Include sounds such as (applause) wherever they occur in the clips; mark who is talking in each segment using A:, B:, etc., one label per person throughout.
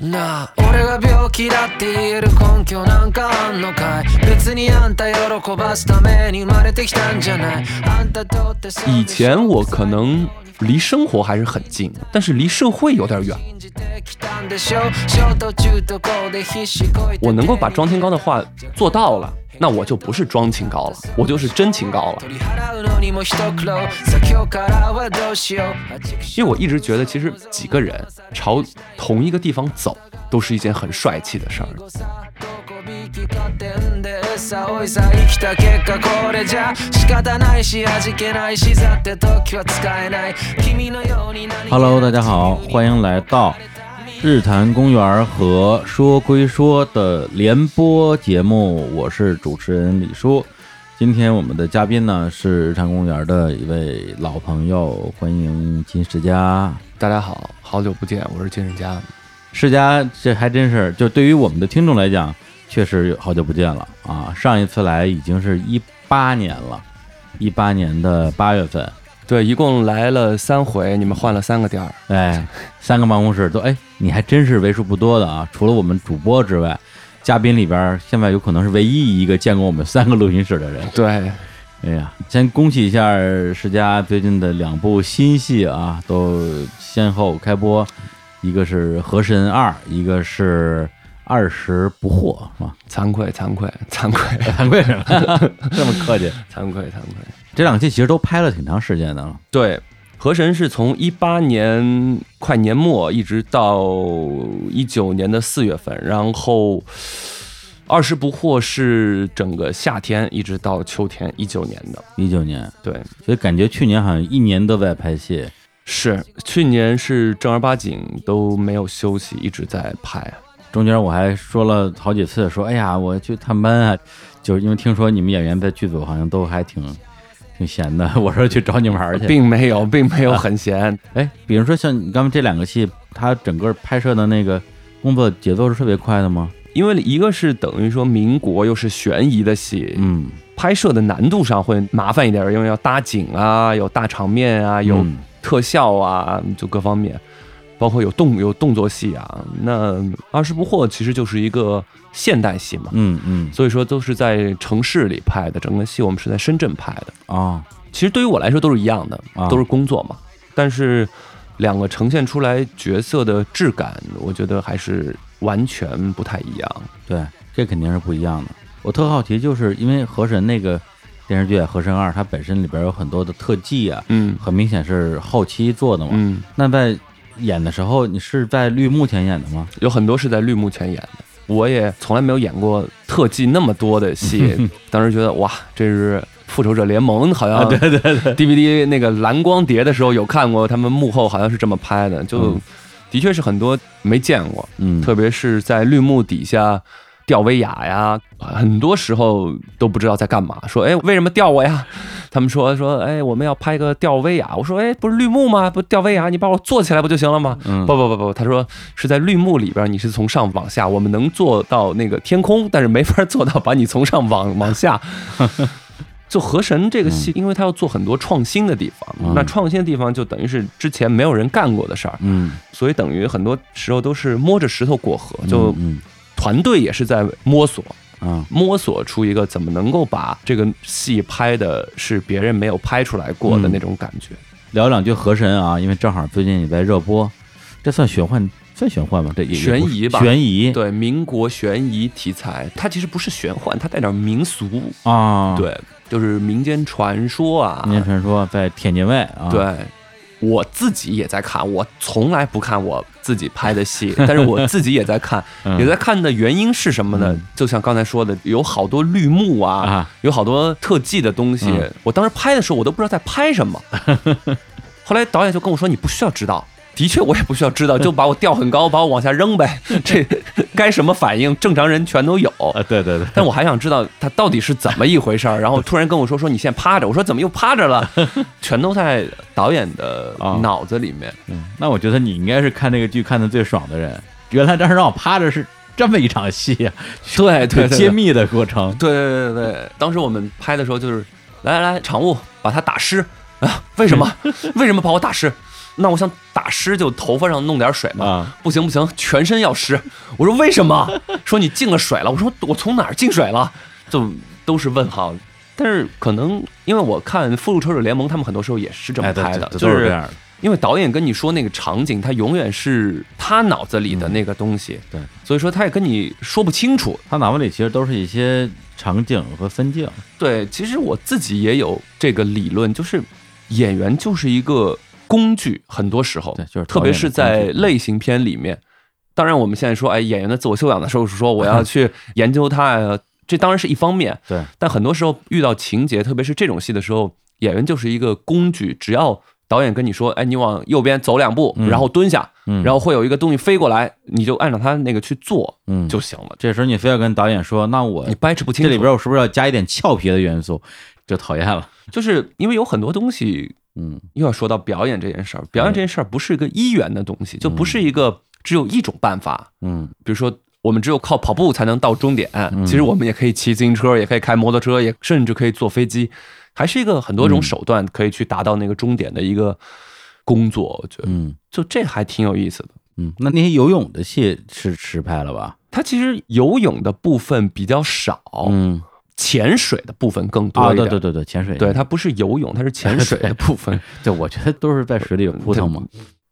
A: なあ俺が病気だって言える根拠なんかあんのかい別にあんた喜ばすために生まれてきたんじゃないあんたとって
B: 以前我可能离生活还是很近，但是离社会有点远。我能够把庄天高的话做到了，那我就不是装清高了，我就是真清高了。因为我一直觉得，其实几个人朝同一个地方走，都是一件很帅气的事儿。
C: Hello，大家好，欢迎来到日坛公园和说归说的联播节目，我是主持人李叔。今天我们的嘉宾呢是日坛公园的一位老朋友，欢迎金世佳。
B: 大家好，好久不见，我是金世佳。
C: 世佳，这还真是，就对于我们的听众来讲，确实好久不见了啊！上一次来已经是一八年了，一八年的八月份，
B: 对，一共来了三回，你们换了三个地儿，
C: 哎，三个办公室都哎，你还真是为数不多的啊！除了我们主播之外，嘉宾里边现在有可能是唯一一个见过我们三个录音室的人。
B: 对，
C: (laughs) 哎呀，先恭喜一下世佳最近的两部新戏啊，都先后开播，一个是《河神二》，一个是。二十不惑是 (laughs) 吧？
B: 惭愧，惭愧，惭愧，
C: 惭愧什么？这么客气，
B: 惭愧，惭愧。
C: 这两期其实都拍了挺长时间的了。
B: 对，《河神》是从一八年快年末一直到一九年的四月份，然后《二十不惑》是整个夏天一直到秋天一九年的。
C: 一九年，
B: 对，
C: 所以感觉去年好像一年都在拍戏。
B: 是，去年是正儿八经都没有休息，一直在拍。
C: 中间我还说了好几次，说哎呀，我去探班啊，就是因为听说你们演员在剧组好像都还挺挺闲的， (laughs) 我说去找你玩去，
B: 并没有，并没有很闲。
C: 哎、啊，比如说像你刚才这两个戏，它整个拍摄的那个工作节奏是特别快的吗？
B: 因为一个是等于说民国又是悬疑的戏，
C: 嗯，
B: 拍摄的难度上会麻烦一点，因为要搭景啊，有大场面啊，
C: 嗯
B: 有特效啊，就各方面。包括有动有动作戏啊，那《二十不惑》其实就是一个现代戏嘛，
C: 嗯嗯，
B: 所以说都是在城市里拍的，整个戏我们是在深圳拍的
C: 啊、哦。
B: 其实对于我来说都是一样的，
C: 哦、
B: 都是工作嘛，但是两个呈现出来角色的质感，我觉得还是完全不太一样。
C: 对，这肯定是不一样的。我特好奇，就是因为《河神》那个电视剧《河神二》，它本身里边有很多的特技啊，
B: 嗯，
C: 很明显是后期做的嘛，
B: 嗯，
C: 那在。演的时候，你是在绿幕前演的吗？
B: 有很多是在绿幕前演的，我也从来没有演过特技那么多的
C: (laughs)
B: 戏。当时觉得哇，这是《复仇者联盟》，
C: (laughs)
B: 好像、啊、
C: 对对对
B: ，DVD 那个蓝光碟的时候有看过，他们幕后好像是这么拍的，就、
C: 嗯、
B: 的确是很多没见过。
C: 嗯，
B: 特别是在绿幕底下吊威亚呀，很多时候都不知道在干嘛。说哎，为什么吊我呀？ (laughs) 他们说说，哎，我们要拍个吊威亚。我说，哎，不是绿幕吗？不吊威亚，你把我坐起来不就行了吗？
C: 嗯，
B: 不不不不，他说是在绿幕里边，你是从上往下，我们能做到那个天空，但是没法做到把你从上往往下。
C: (laughs)
B: 就河神这个戏，因为他要做很多创新的地方，
C: 嗯、
B: 那创新的地方就等于是之前没有人干过的事儿，
C: 嗯，
B: 所以等于很多时候都是摸着石头过河，就
C: 嗯、
B: 团队也是在摸索。
C: 嗯，
B: 摸索出一个怎么能够把这个戏拍的是别人没有拍出来过的那种感觉。
C: 嗯、聊两句河神啊，因为正好最近也在热播，这算玄幻，算玄幻吗？这也
B: 悬疑吧，
C: 悬疑
B: 对民国悬疑题材，它其实不是玄幻，它带点民俗
C: 啊，
B: 对，就是民间传说啊，
C: 民间传说在天津卫啊，
B: 对。我自己也在看，我从来不看我自己拍的戏，但是我自己也在
C: (laughs)
B: 看，
C: 嗯、
B: 也在看的原因是什么呢？
C: 嗯、
B: 就像刚才说的，有好多绿幕啊，
C: 啊
B: 有好多特技的东西、
C: 嗯。
B: 我当时拍的时候，我都不知道在拍
C: (laughs)
B: 什么。后来导演就跟我说：“你不需要知道。”的确，我也不需要知道，就把我吊很高，把我往下扔呗。 (laughs) 这该什么反应，正常人全都有。
C: 啊，对对对。 (laughs)
B: (laughs) 但我还想知道他到底是怎么一回事儿。然 (laughs) 后突然跟我说：“说你现在趴着。”我说：“怎么又趴着 (laughs) 了？”全都在导演的脑子里面。哦
C: 嗯、那我觉得你应该是看这个剧看的最爽的人。原来当时让我趴着是这么一场戏、 (laughs) 啊，
B: 对对 (laughs)
C: 揭秘的过程。
B: 对对对对，当时我们拍 (laughs) 的时候就是，来来来，场务把它打湿啊！为什么？为什么把我打湿？那我想打湿就头发上弄点水嘛，
C: 啊，
B: 不行不行，全身要湿。我说为什么？说你进了水了。我说我从哪儿进水了？就都是问号。但是可能因为我看《复仇者联盟》，他们很多时候也是这么
C: 哎对
B: 拍的，
C: 对
B: 就
C: 都是这
B: 是
C: 样的，
B: 因为导演跟你说那个场景，他永远是他脑子里的那个东西，
C: 嗯对，
B: 所以说他也跟你说不清楚。
C: 他脑子里其实都是一些场景和分镜，
B: 对，其实我自己也有这个理论，就是演员就是一个工具，很多时候，
C: 对，就是
B: 特
C: 导
B: 别
C: 演的
B: 是
C: 工
B: 在
C: 具嗯
B: 类型片里面。当然，我们现在说，哎，演员的自我修养的时候是说我
C: (laughs)
B: 要去研究他，呃这当然是一方面。
C: 对，
B: 但很多时候遇到情节，特别是这种戏的时候，演员就是一个工具，只要导演跟你说，哎，你往右边走两步，
C: 嗯
B: 然后蹲下，
C: 嗯，
B: 然
C: 后
B: 后会有一个东西飞过来，你就按照他那个去做
C: 嗯，
B: 就行了。
C: 这时候你非要跟导演说，那我
B: 你掰扯不清
C: 这
B: 楚，
C: 里边我是不是要加一点俏皮的元素？就讨厌了，
B: 就是因为有很多东西
C: 嗯，
B: 又要说到表演这件事儿，表演这件事儿不是一个一元的东西，就不是一个只有一种办法。
C: 嗯，
B: 比如说，我们只有靠跑步才能到终点，其实我们也可以骑自行车，也可以开摩托车，也甚至可以坐飞机，还是一个很多种手段可以去达到那个终点的一个工作。我觉得，
C: 嗯
B: 就这还挺有意思的。
C: 嗯，那那些游泳的戏是实拍了吧？
B: 它其实游泳的部分比较少，
C: 嗯
B: 潜水的部分更哦多
C: 啊，
B: 一点。
C: 对对对对，潜水，
B: 对，它不是游泳，它是潜水的
C: 对
B: 部 (laughs) 分。
C: 对，我觉得都是在水里扑腾嘛。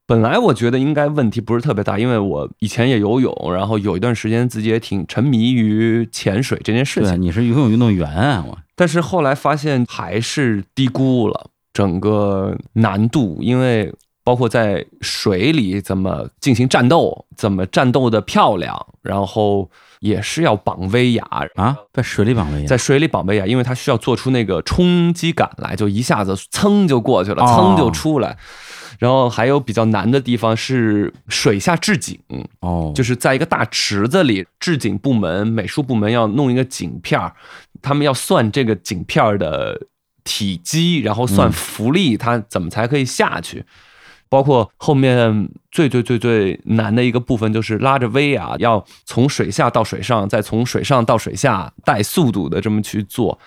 B: 本来我觉得应该问题不是特别大，因为我以前也游泳，然后有一段时间自己也挺沉迷于潜水这件事
C: 对，
B: 情，
C: 你是游泳运动员啊，我
B: 但是后来发现还是低估了整个难度，因为包括在水里怎么进行战斗，怎么战斗的漂亮，然后也是要绑威亚，
C: 啊，在水里绑了一
B: 在水里绑威亚，因为它需要做出那个冲击感来，就一下子噌就过去了，
C: 哦
B: 噌就出来。然后还有比较难的地方是水下置景，
C: 哦，
B: 就是在一个大池子里，置景部门、美术部门要弄一个景片儿，他们要算这个景片儿的体积，然后算浮力，它怎么才可以下去。包括后面最最最最难的一个部分就是拉着 V 啊，要从水下到水上，再从水上到水下，带速度的这么去做。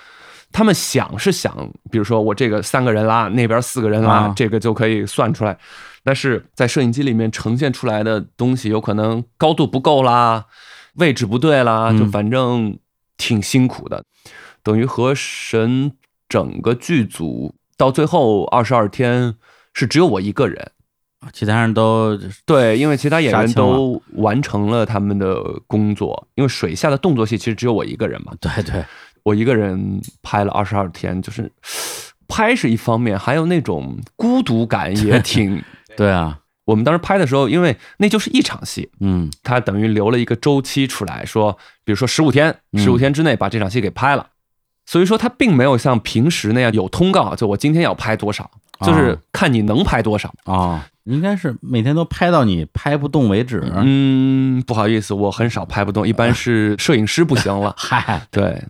B: 他们想是想，比如说我这个三个人拉，那边四个人拉，
C: 啊
B: 这个就可以算出来。但是在摄影机里面呈现出来的东西，有可能高度不够啦，位置不对啦，
C: 嗯
B: 就反正挺辛苦的。等于和神整个剧组到最后二十二天是只有我一个人，
C: 啊其他人都
B: 对，因为其他演
C: 杀
B: 员
C: 青了
B: 都完成了他们的工作，因为水下的动作戏其实只有我一个人嘛，
C: 对对，
B: 我一个人拍了二十二天，就是拍是一方面，还有那种孤独感也挺。
C: 对啊，
B: 我们当时拍的时候，因为那就是一场戏，
C: 嗯
B: 他等于留了一个周期出来说，比如说十五天，
C: 嗯
B: 十五天之内把这场戏给拍了。所以说他并没有像平时那样有通告，就我今天要拍多少，就是
C: 啊
B: 看你能拍多少。
C: 啊，应该是每天都拍到你拍不动为止。。
B: 嗯，不好意思，我很少拍不动，一般是摄影师不行了
C: (laughs) 嗨，
B: 对，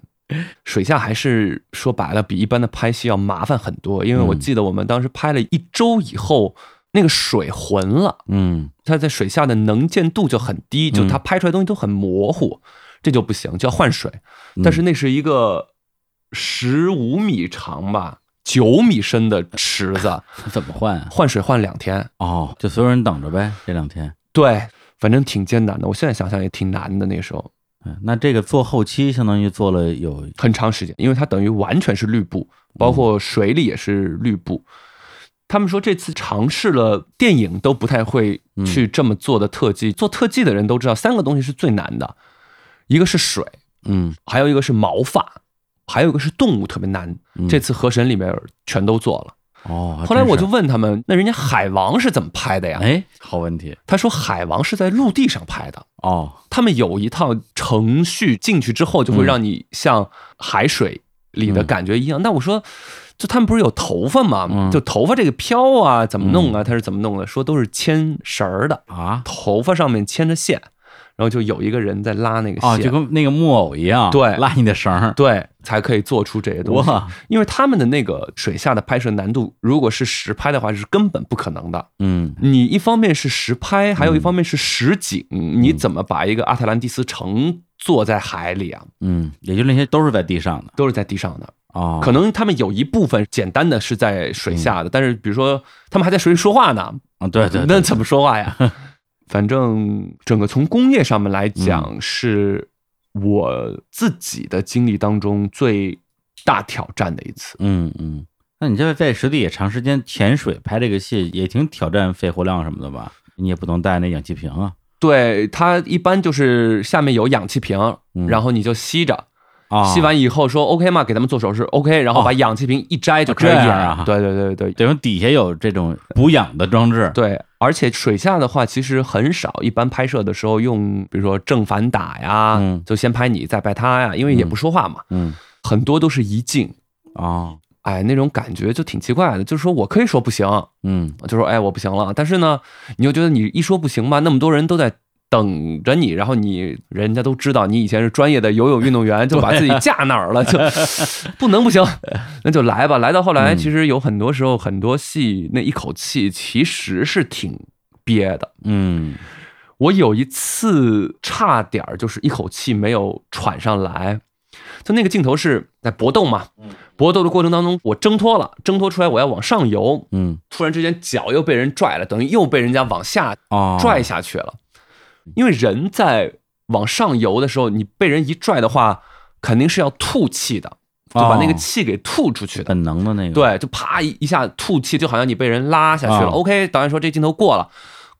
B: 水下还是说白了比一般的拍戏要麻烦很多，因为我
C: 嗯
B: 记得我们当时拍了一周以后，那个水浑了。
C: 嗯
B: 它在水下的能见度就很低，就它拍出来的东西都很模糊，这就不行，就要换水。
C: 嗯
B: 但是那是一个十五米长吧、九米深的池子，
C: 怎么换啊？
B: 换水换两天，
C: 哦，就所有人等着呗，这两天。
B: 对，反正挺艰难的。我现在想想也挺难的，那时候
C: 嗯，那这个做后期相当于做了有
B: 很长时间，因为它等于完全是绿布，包括水里也是绿布。他们说这次尝试了电影都不太会去这么做的特技，做特技的人都知道三个东西是最难的，一个是水。
C: 嗯
B: 还有一个是毛发，还有一个是动物特别难。
C: 嗯
B: 这次河神里面全都做了。
C: 哦，还
B: 后来
C: 真
B: 我
C: 是
B: 就问他们，那人家海王是怎么拍的呀？
C: 哎，好问题
B: 他说海王是在陆地上拍的。
C: 哦，
B: 他们有一套程序，进去之后就会
C: 嗯
B: 让你像海水里的
C: 嗯
B: 感觉一样。那我说，就他们不是有头发吗？
C: 嗯
B: 就头发这个飘啊，怎么弄啊？他是怎么弄的？说都是牵绳儿的，
C: 啊
B: 头发上面牵着线，然后就有一个人在拉那个
C: 啊，
B: 线，
C: 就跟那个木偶一样，
B: 对
C: 拉你的绳儿，
B: 对，才可以做出这些东西。
C: 哇，
B: 因为他们的那个水下的拍摄难度，如果是实拍的话，是根本不可能的。
C: 嗯
B: 你一方面是实拍，还有一方面是实景，
C: 嗯
B: 你怎么把一个阿特兰蒂斯城做在海里啊？
C: 嗯，也就那些都是在地上的
B: 都是在地上的，
C: 哦，
B: 可能他们有一部分简单的是在水下的，但是比如说他们还在水里说话呢，
C: 啊，嗯对对，嗯
B: 那怎么说话呀？ (laughs) 反正整个从工业上面来讲，是我自己的经历当中最大挑战的一次。
C: 嗯嗯。那你这在实地也长时间潜水拍这个戏，也挺挑战肺活量什么的吧？你也不能带那氧气瓶啊。
B: 对，它一般就是下面有氧气瓶，
C: 嗯
B: 然后你就吸着，
C: 啊，
B: 吸完以后说 OK 吗？给他们做手势 OK，然后把氧气瓶一摘就
C: 哦
B: 开始
C: 这
B: 演
C: 样啊
B: 对对对对对
C: 等于底下有这种补氧的装置。
B: 对，而且水下的话其实很少，一般拍摄的时候用，比如说正反打呀，
C: 嗯
B: 就先拍你，再拍他呀，因为也不说话嘛，
C: 嗯
B: 很多都是一镜。
C: 啊
B: 哎，那种感觉就挺奇怪的，就是说我可以说不行，
C: 嗯
B: 就说哎我不行了，但是呢，你又觉得你一说不行吧，那么多人都在等着你，然后你人家都知道你以前是专业的游泳运动员，就把自己架那儿了，就 (laughs) 不能不行，那就来吧。来到后来，
C: 嗯
B: 其实有很多时候很多戏那一口气其实是挺憋的。
C: 嗯
B: 我有一次差点儿就是一口气没有喘上来，就那个镜头是在搏斗嘛，搏斗的过程当中我挣脱了，挣脱出来我要往上游，
C: 嗯
B: 突然之间脚又被人拽了，等于又被人家往下
C: 哦，
B: 拽下去了。因为人在往上游的时候，你被人一拽的话，肯定是要吐气的，就把那个
C: 哦哎
B: 气给吐出去的。
C: 本能的那个。
B: 对，就啪一一下吐气，就好像你被人拉下去了。
C: 啊
B: OK，导演说这镜头过了，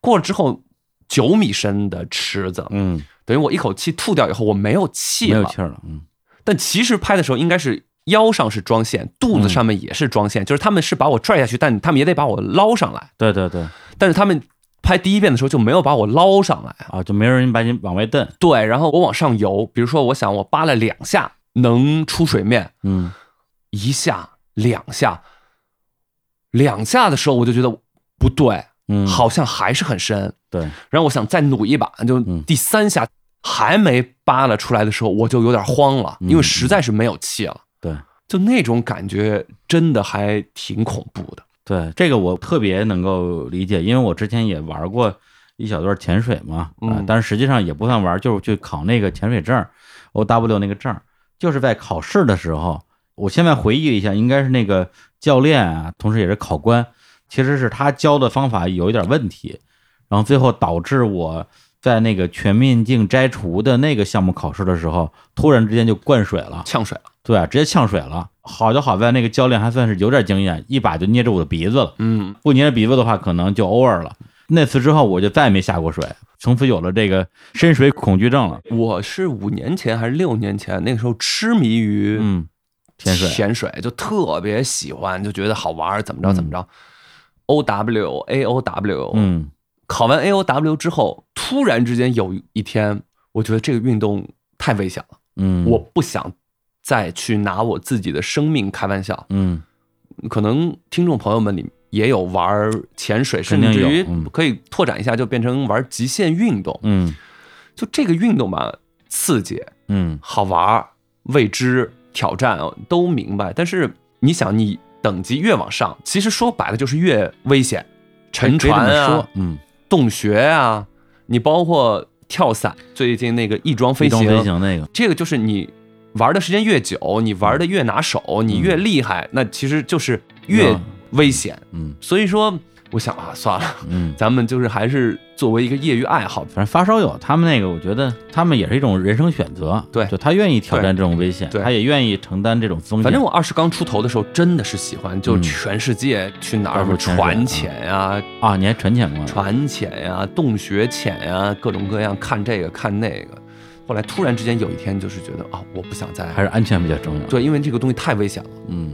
B: 过了之后九米深的池子，
C: 嗯，
B: 等于我一口气吐掉以后，我没有气
C: 没有
B: 了。
C: 气儿了。嗯
B: 但其实拍的时候应该是腰上是装线，肚
C: 嗯
B: 子上面也是装线，就是他们是把我拽下去，但他们也得把我捞上来。
C: 对对对
B: 但是他们拍第一遍的时候就没有把我捞上来。
C: 啊，就没人把你往外蹬。
B: 对，然后我往上游，比如说我想我扒拉两下能出水面，
C: 嗯
B: 一下、两下、两下的时候，我就觉得不对，
C: 嗯，
B: 好像还是很深。
C: 对，
B: 然后我想再努一把，就
C: 嗯
B: 第三下还没扒拉出来的时候，我就有点慌了，
C: 嗯
B: 因为实在是没有气了。
C: 对
B: 就那种感觉真的还挺恐怖的。
C: 对，这个我特别能够理解，因为我之前也玩过一小段潜水嘛，啊、
B: 嗯
C: 但是实际上也不算玩，就是去考那个潜水证儿，O W 那个证儿，就是在考试的时候，我现在回忆了一下，应该是那个教练啊，同时也是考官，其实是他教的方法有一点问题，然后最后导致我在那个全面镜摘除的那个项目考试的时候，突然之间就灌水了。
B: 呛水了，
C: 对、啊直接呛水了。好就好在那个教练还算是有点经验，一把就捏着我的鼻子了。
B: 嗯，
C: 不捏着鼻子的话，可能就 over 了。那次之后，我就再也没下过水，从此有了这个深水恐惧症了。
B: 我是五年前还是六年前，那个时候痴迷于
C: 嗯，潜水
B: 潜水就特别喜欢，就觉得好玩，怎么着怎么着。O W A O W，，
C: 嗯
B: 考完 A O W 之后，突然之间有一天，我觉得这个运动太危险了，
C: 嗯，
B: 我不想再去拿我自己的生命开玩笑。
C: 嗯
B: 可能听众朋友们里也有玩潜水，
C: 肯
B: 甚
C: 定有
B: 至于
C: 嗯
B: 可以拓展一下，就变成玩极限运动。
C: 嗯
B: 就这个运动吧，刺激、
C: 嗯
B: 好玩儿、未知、挑战都明白。但是你想，你等级越往上，其实说白了就是越危险，沉船
C: 可以这么
B: 啊
C: 说，嗯，
B: 洞穴啊，你包括跳伞，最近那个翼装飞
C: 移动
B: 行，
C: 飞行那个，
B: 这个就是你玩的时间越久，你玩的越拿手，你越厉害，那其实就是越
C: 嗯
B: 危险。
C: 嗯
B: 所以说，我想啊，算了，
C: 嗯，
B: 咱们就是还是作为一个业余爱好，
C: 反正发烧友他们那个，我觉得他们也是一种人生选择，
B: 对
C: 就他愿意挑战这种危险，
B: 对
C: 他也愿意承担这种风险。
B: 反正我二十刚出头的时候，真的是喜欢，就
C: 嗯
B: 全世界去哪
C: 到
B: 儿
C: 处潜水
B: 船潜呀、
C: 啊，你还沉潜过？
B: 船潜呀、洞穴潜呀、各种各样看这个看那个。后来突然之间有一天，就是觉得啊，我不想再
C: 还是安全比较重要。，
B: 对，因为这个东西太危险了。
C: 嗯。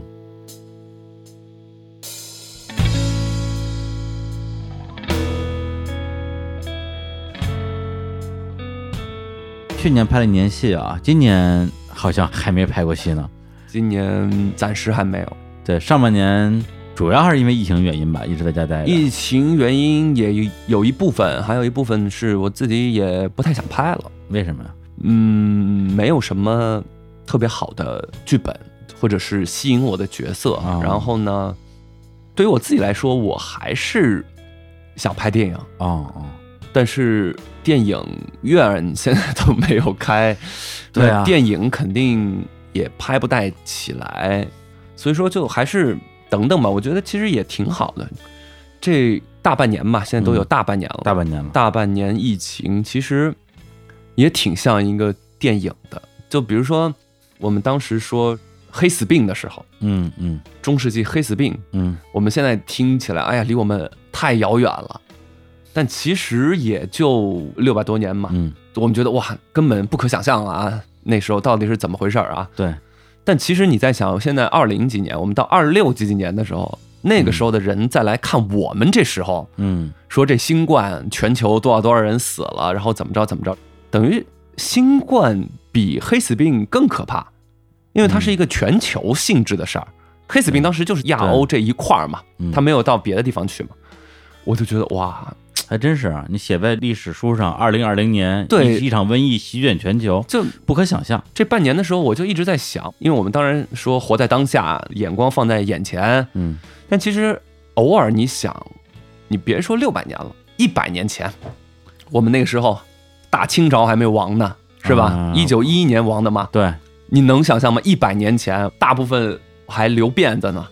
C: 去年拍了一年戏啊，今年好像还没拍过戏呢。
B: 今年暂时还没有，
C: 对，上半年主要还是因为疫情原因吧，一直在家待着。
B: 疫情原因也有一部分，还有一部分是我自己也不太想拍了。
C: 为什么呀？
B: 嗯，没有什么特别好的剧本，或者是吸引我的角色。啊
C: 哦
B: 然后呢，对于我自己来说，我还是想拍电影，
C: 哦哦，
B: 但是电影院现在都没有开，
C: 对啊
B: 那电影肯定也拍不带起来，所以说就还是等等吧。我觉得其实也挺好的，这大半年吧，现在都有
C: 嗯
B: 大半年了。
C: 大半年了，
B: 大半年疫情，其实也挺像一个电影的。就比如说，我们当时说黑死病的时候，
C: 嗯嗯
B: 中世纪黑死病，
C: 嗯，
B: 我们现在听起来，哎呀，离我们太遥远了。但其实也就六百多年嘛，
C: 嗯，
B: 我们觉得哇，根本不可想象了啊！那时候到底是怎么回事儿啊？
C: 对，
B: 但其实你在想，现在二零几年，我们到二六几几年的时候，那个时候的人再来看我们这时候，
C: 嗯
B: 说这新冠全球多少多少人死了，然后怎么着怎么着，等于新冠比黑死病更可怕，因为它是一个全球性质的事儿。黑死病当时就是亚欧这一块儿嘛，
C: 嗯，
B: 它没有到别的地方去嘛。我就觉得哇，
C: 还真是啊！你写在历史书上，二零二零年
B: 对
C: 一一场瘟疫席卷全球，
B: 就
C: 不可想象。
B: 这半年的时候，我就一直在想，因为我们当然说活在当下，眼光放在眼前，
C: 嗯
B: 但其实偶尔你想，你别说六百年了，一百年前，我们那个时候大清朝还没亡呢，是吧
C: 啊？
B: 一九一一年亡的嘛，，
C: 对，
B: 你能想象吗？一百年前，大部分还留辫子呢，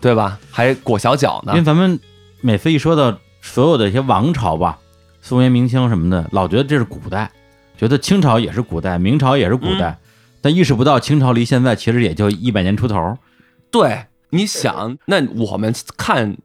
B: 对吧？还裹小脚
C: 因为
B: 呢，
C: 咱们每次一说到所有的一些王朝吧，宋元明清什么的，老觉得这是古代，觉得清朝也是古代，明朝也是古代，但意识不到清朝离现在其实也就一百年出头。
B: 对。你想，那我们看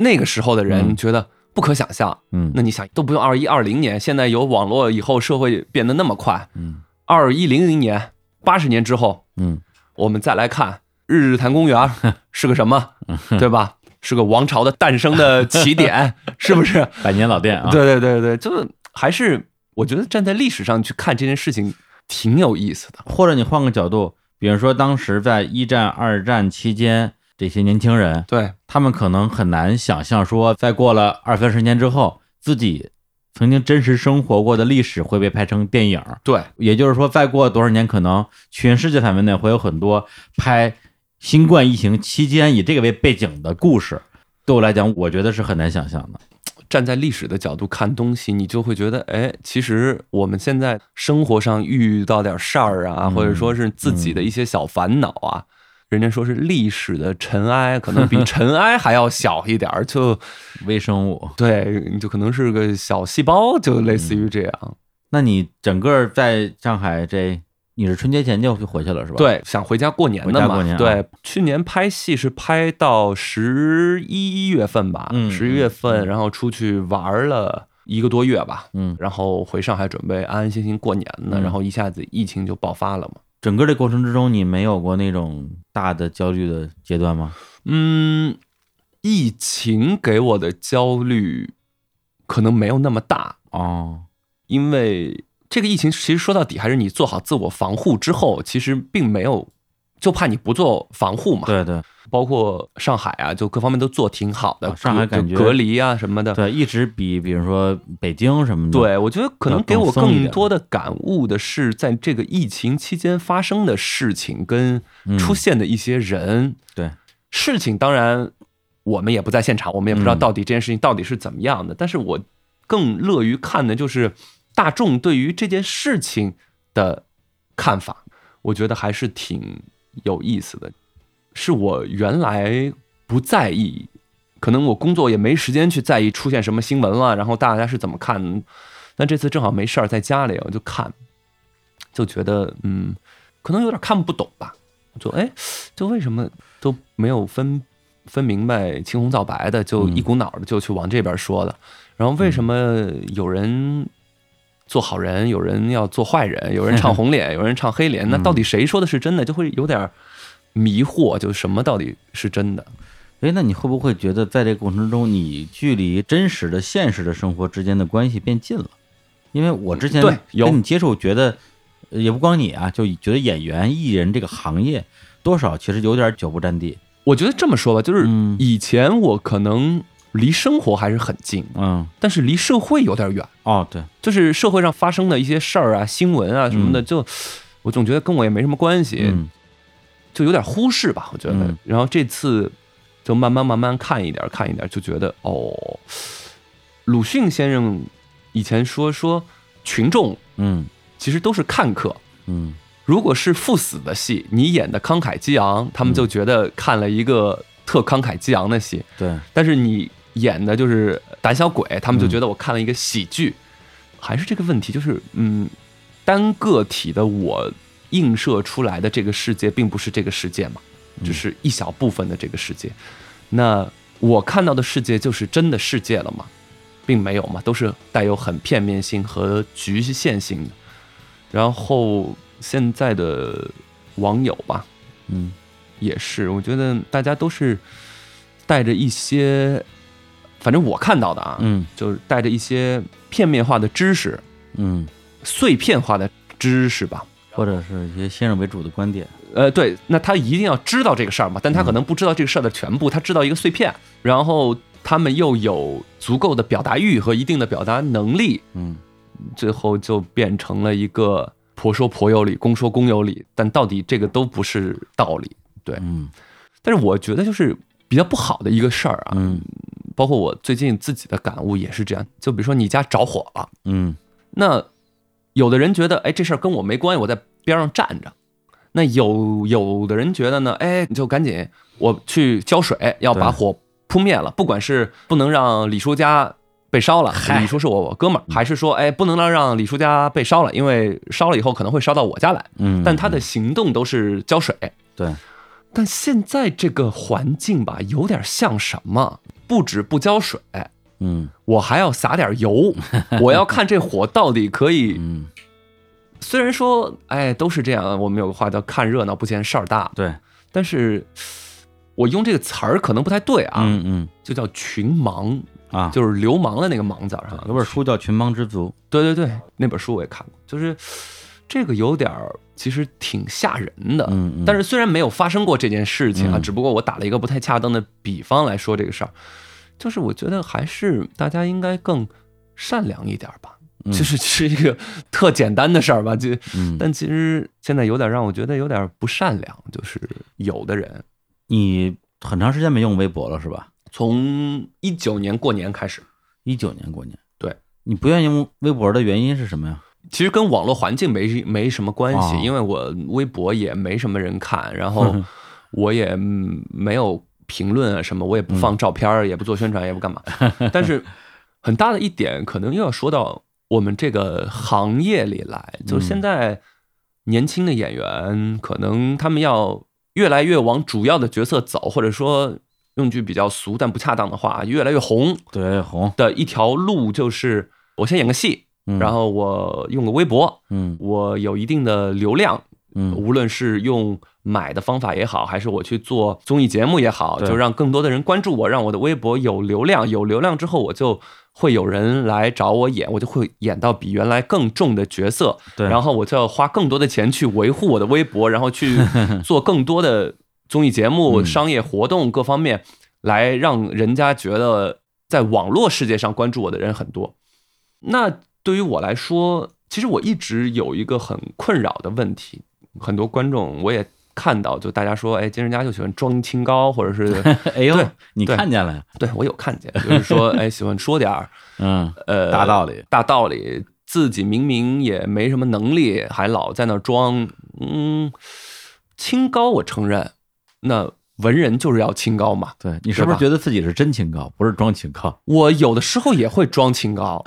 B: 那个时候的人，
C: 嗯
B: 觉得不可想象。
C: 嗯
B: 那你想，都不用二一二零年，现在有网络以后，社会变得那么快。
C: 嗯
B: 二一零零年，八十年之后，
C: 嗯
B: 我们再来看日日坛公园是个什么，对吧？是个王朝的诞生的起点，是不是？
C: 百年老店啊，
B: 对对对对，就是还是我觉得站在历史上去看这件事情挺有意思的。
C: 或者你换个角度，比如说当时在一战、二战期间，这些年轻人，
B: 对，
C: 他们可能很难想象说，在过了二三十年之后，自己曾经真实生活过的历史会被拍成电影。
B: 对，
C: 也就是说，再过多少年，可能全世界范围内会有很多拍新冠疫情期间以这个为背景的故事。对我来讲，我觉得是很难想象的。
B: 站在历史的角度看东西，你就会觉得，哎，其实我们现在生活上遇到点事儿啊，
C: 嗯
B: 或者说是自己的一些小烦恼啊，人家说是历史的尘埃，可能比尘埃还要小一点儿，就
C: 微生物，
B: 对，你就可能是个小细胞，就类似于这
C: 嗯
B: 样。
C: 那你整个在上海这，你是春节前就回去了是吧？，嗯
B: 对，想回家过年
C: 回
B: 的
C: 家
B: 嘛。
C: 过年啊
B: 对，去年拍戏是拍到十一月份吧，
C: 嗯
B: 十一月份，
C: 嗯
B: 然后出去玩了一个多月吧，
C: 嗯，
B: 然后回上海准备安安心心过年呢，
C: 嗯
B: 然后一下子疫情就爆发了嘛。
C: 整个这过程之中，你没有过那种大的焦虑的阶段吗？
B: 嗯，疫情给我的焦虑可能没有那么大，
C: 哦，
B: 因为这个疫情其实说到底还是你做好自我防护之后，其实并没有，就怕你不做防护嘛。
C: 对对
B: 包括上海啊，就各方面都做挺好的，
C: 啊上海
B: 隔
C: 感觉
B: 就隔离啊什么的。
C: 对，一直比比如说北京什么的，，
B: 对，我觉得可能给我
C: 要更松一
B: 更
C: 点
B: 多的感悟的是，在这个疫情期间发生的事情跟
C: 嗯
B: 出现的一些人。
C: 对，
B: 事情当然我们也不在现场，我们也不知道
C: 嗯
B: 到底这件事情到底是怎么样的。但是我更乐于看的就是大众对于这件事情的看法，我觉得还是挺有意思的。是我原来不在意，可能我工作也没时间去在意出现什么新闻了，然后大家是怎么看。那这次正好没事儿，在家里我就看，就觉得嗯，可能有点看不懂吧。我就哎，就为什么都没有分分明白青红皂白的，就
C: 嗯
B: 一股脑的就去往这边说了。然后为什么有人做好人，有人要做坏人，有人唱红脸，
C: 嗯
B: 有人唱黑
C: (laughs)
B: 脸？那到底谁说的是真的？就会有点迷惑，就什么到底是真的？
C: 哎，那你会不会觉得在这个过程中，你距离真实的、现实的生活之间的关系变近了？因为我之前
B: 对有
C: 跟你接触，觉得呃也不光你啊，就觉得演员、艺人这个行业多少其实有点脚不沾地。
B: 我觉得这么说吧，就是
C: 嗯
B: 以前我可能离生活还是很近，
C: 嗯，
B: 但是离社会有点远。
C: 哦，对，
B: 就是社会上发生的一些事儿啊、新闻啊什么的，
C: 嗯
B: 就我总觉得跟我也没什么关系，
C: 嗯
B: 就有点忽视吧，我觉得。
C: 嗯
B: 然后这次就慢慢慢慢看一点儿看一点儿，就觉得哦，鲁迅先生以前说说群众
C: 嗯
B: 其实都是看客。
C: 嗯
B: 如果是赴死的戏，你演的慷慨激昂，他们就觉得看了一个特慷慨激昂的戏；
C: 对，
B: 但是你演的就是胆小鬼，他们就觉得我看了一个喜剧，还是这个问题，就是嗯，单个体的我映射出来的这个世界，并不是这个世界嘛，只是一小部分的这个世界。那我看到的世界就是真的世界了吗？并没有嘛，都是带有很片面性和局限性的。然后现在的网友吧，
C: 嗯
B: 也是，我觉得大家都是带着一些，反正我看到的啊，
C: 嗯
B: 就是带着一些片面化的知识、
C: 嗯，
B: 碎片化的知识吧。
C: 或者是一些先入为主的观点，
B: 呃，对，那他一定要知道这个事儿嘛，但他可能不知道这个事儿的全部，他知道一个碎片，然后他们又有足够的表达欲和一定的表达能力，
C: 嗯
B: 最后就变成了一个婆说婆有理，公说公有理，但到底这个都不是道理。
C: 嗯
B: 但是我觉得就是比较不好的一个事儿啊，
C: 嗯
B: 包括我最近自己的感悟也是这样。就比如说你家着火了，
C: 嗯
B: 那有的人觉得，哎，这事儿跟我没关系，我在边上站着。那有有的人觉得呢，哎，你就赶紧我去浇水，要把
C: 对
B: 火扑灭了。不管是不能让李叔家被烧了，
C: 嗨
B: 李叔是我哥们儿，还是说，哎，不能让让李叔家被烧了，因为烧了以后可能会烧到我家来。
C: 嗯，
B: 但他的行动都是浇水。
C: 对，
B: 但现在这个环境吧，有点像什么？不止不浇水，
C: 嗯
B: 我还要撒点
C: (laughs)
B: 油，我要看这火到底可以。
C: 嗯
B: 虽然说，哎，都是这样，我们有个话叫“看热闹不嫌事儿大
C: 对，”，
B: 但是我用这个词儿可能不太对啊，
C: 嗯嗯
B: 就叫群盲，
C: 啊，
B: 就是啊流氓的那个盲字儿哈。
C: 有本书叫《群帮之足
B: 对对对，那本书我也看过，就是这个有点儿，其实挺吓人的。
C: 嗯嗯
B: 但是虽然没有发生过这件事情啊，
C: 嗯
B: 只不过我打了一个不太恰当的比方来说这个事儿，就是我觉得还是大家应该更善良一点儿吧。
C: 嗯
B: 就是 (laughs) 是一个特简单的事儿吧，就》，
C: 嗯，
B: 但其实现在有点让我觉得有点不善良，就是有的人
C: 你很长时间没用微博了是吧？
B: 从一九年过年开始，
C: 一九年过年，
B: 对
C: 你不愿意用微博的原因是什么呀？
B: 其实跟网络环境没没什么关系，
C: 哦
B: 因为我微博也没什么人看，然后我也嗯没有评论啊什么，我也不放照片儿，也不做宣传，也不干嘛。但是很大的一点，可能又要说到我们这个行业里来，就是现在年轻的演员，可能他们要越来越往主要的角色走，或者说用句比较俗但不恰当的话，越来越红
C: 对，红，
B: 的一条路就是我先演个戏。
C: 嗯
B: 然后我用个微博，
C: 嗯
B: 我有一定的流量，
C: 嗯
B: 无论是用买的方法也好，还是我去做综艺节目也好，
C: 对
B: 就让更多的人关注我，让我的微博有流量。有流量之后，我就会有人来找我演，我就会演到比原来更重的角色，
C: 对，
B: 然后我就要花更多的钱去维护我的微博，然后
C: (laughs)
B: 去做更多的综艺节目、
C: 嗯
B: 商业活动各方面，来让人家觉得在网络世界上关注我的人很多。那对于我来说，其实我一直有一个很困扰的问题，很多观众我也看到，就大家说，哎，金人家就喜欢装清高，或者是
C: (laughs) 哎呦
B: 对，
C: 你
B: 对
C: 看见了呀？
B: 对我有看见，就是说，哎，喜欢说点儿
C: 嗯，
B: 呃
C: 大道理，
B: 大道理，自己明明也没什么能力，还老在那儿装，嗯，清高我承认，那文人就是要清高嘛。
C: 对你是不
B: 对
C: 是
B: 吧
C: 觉得自己是真清高，不是装清高？
B: 我有的时候也会装清高，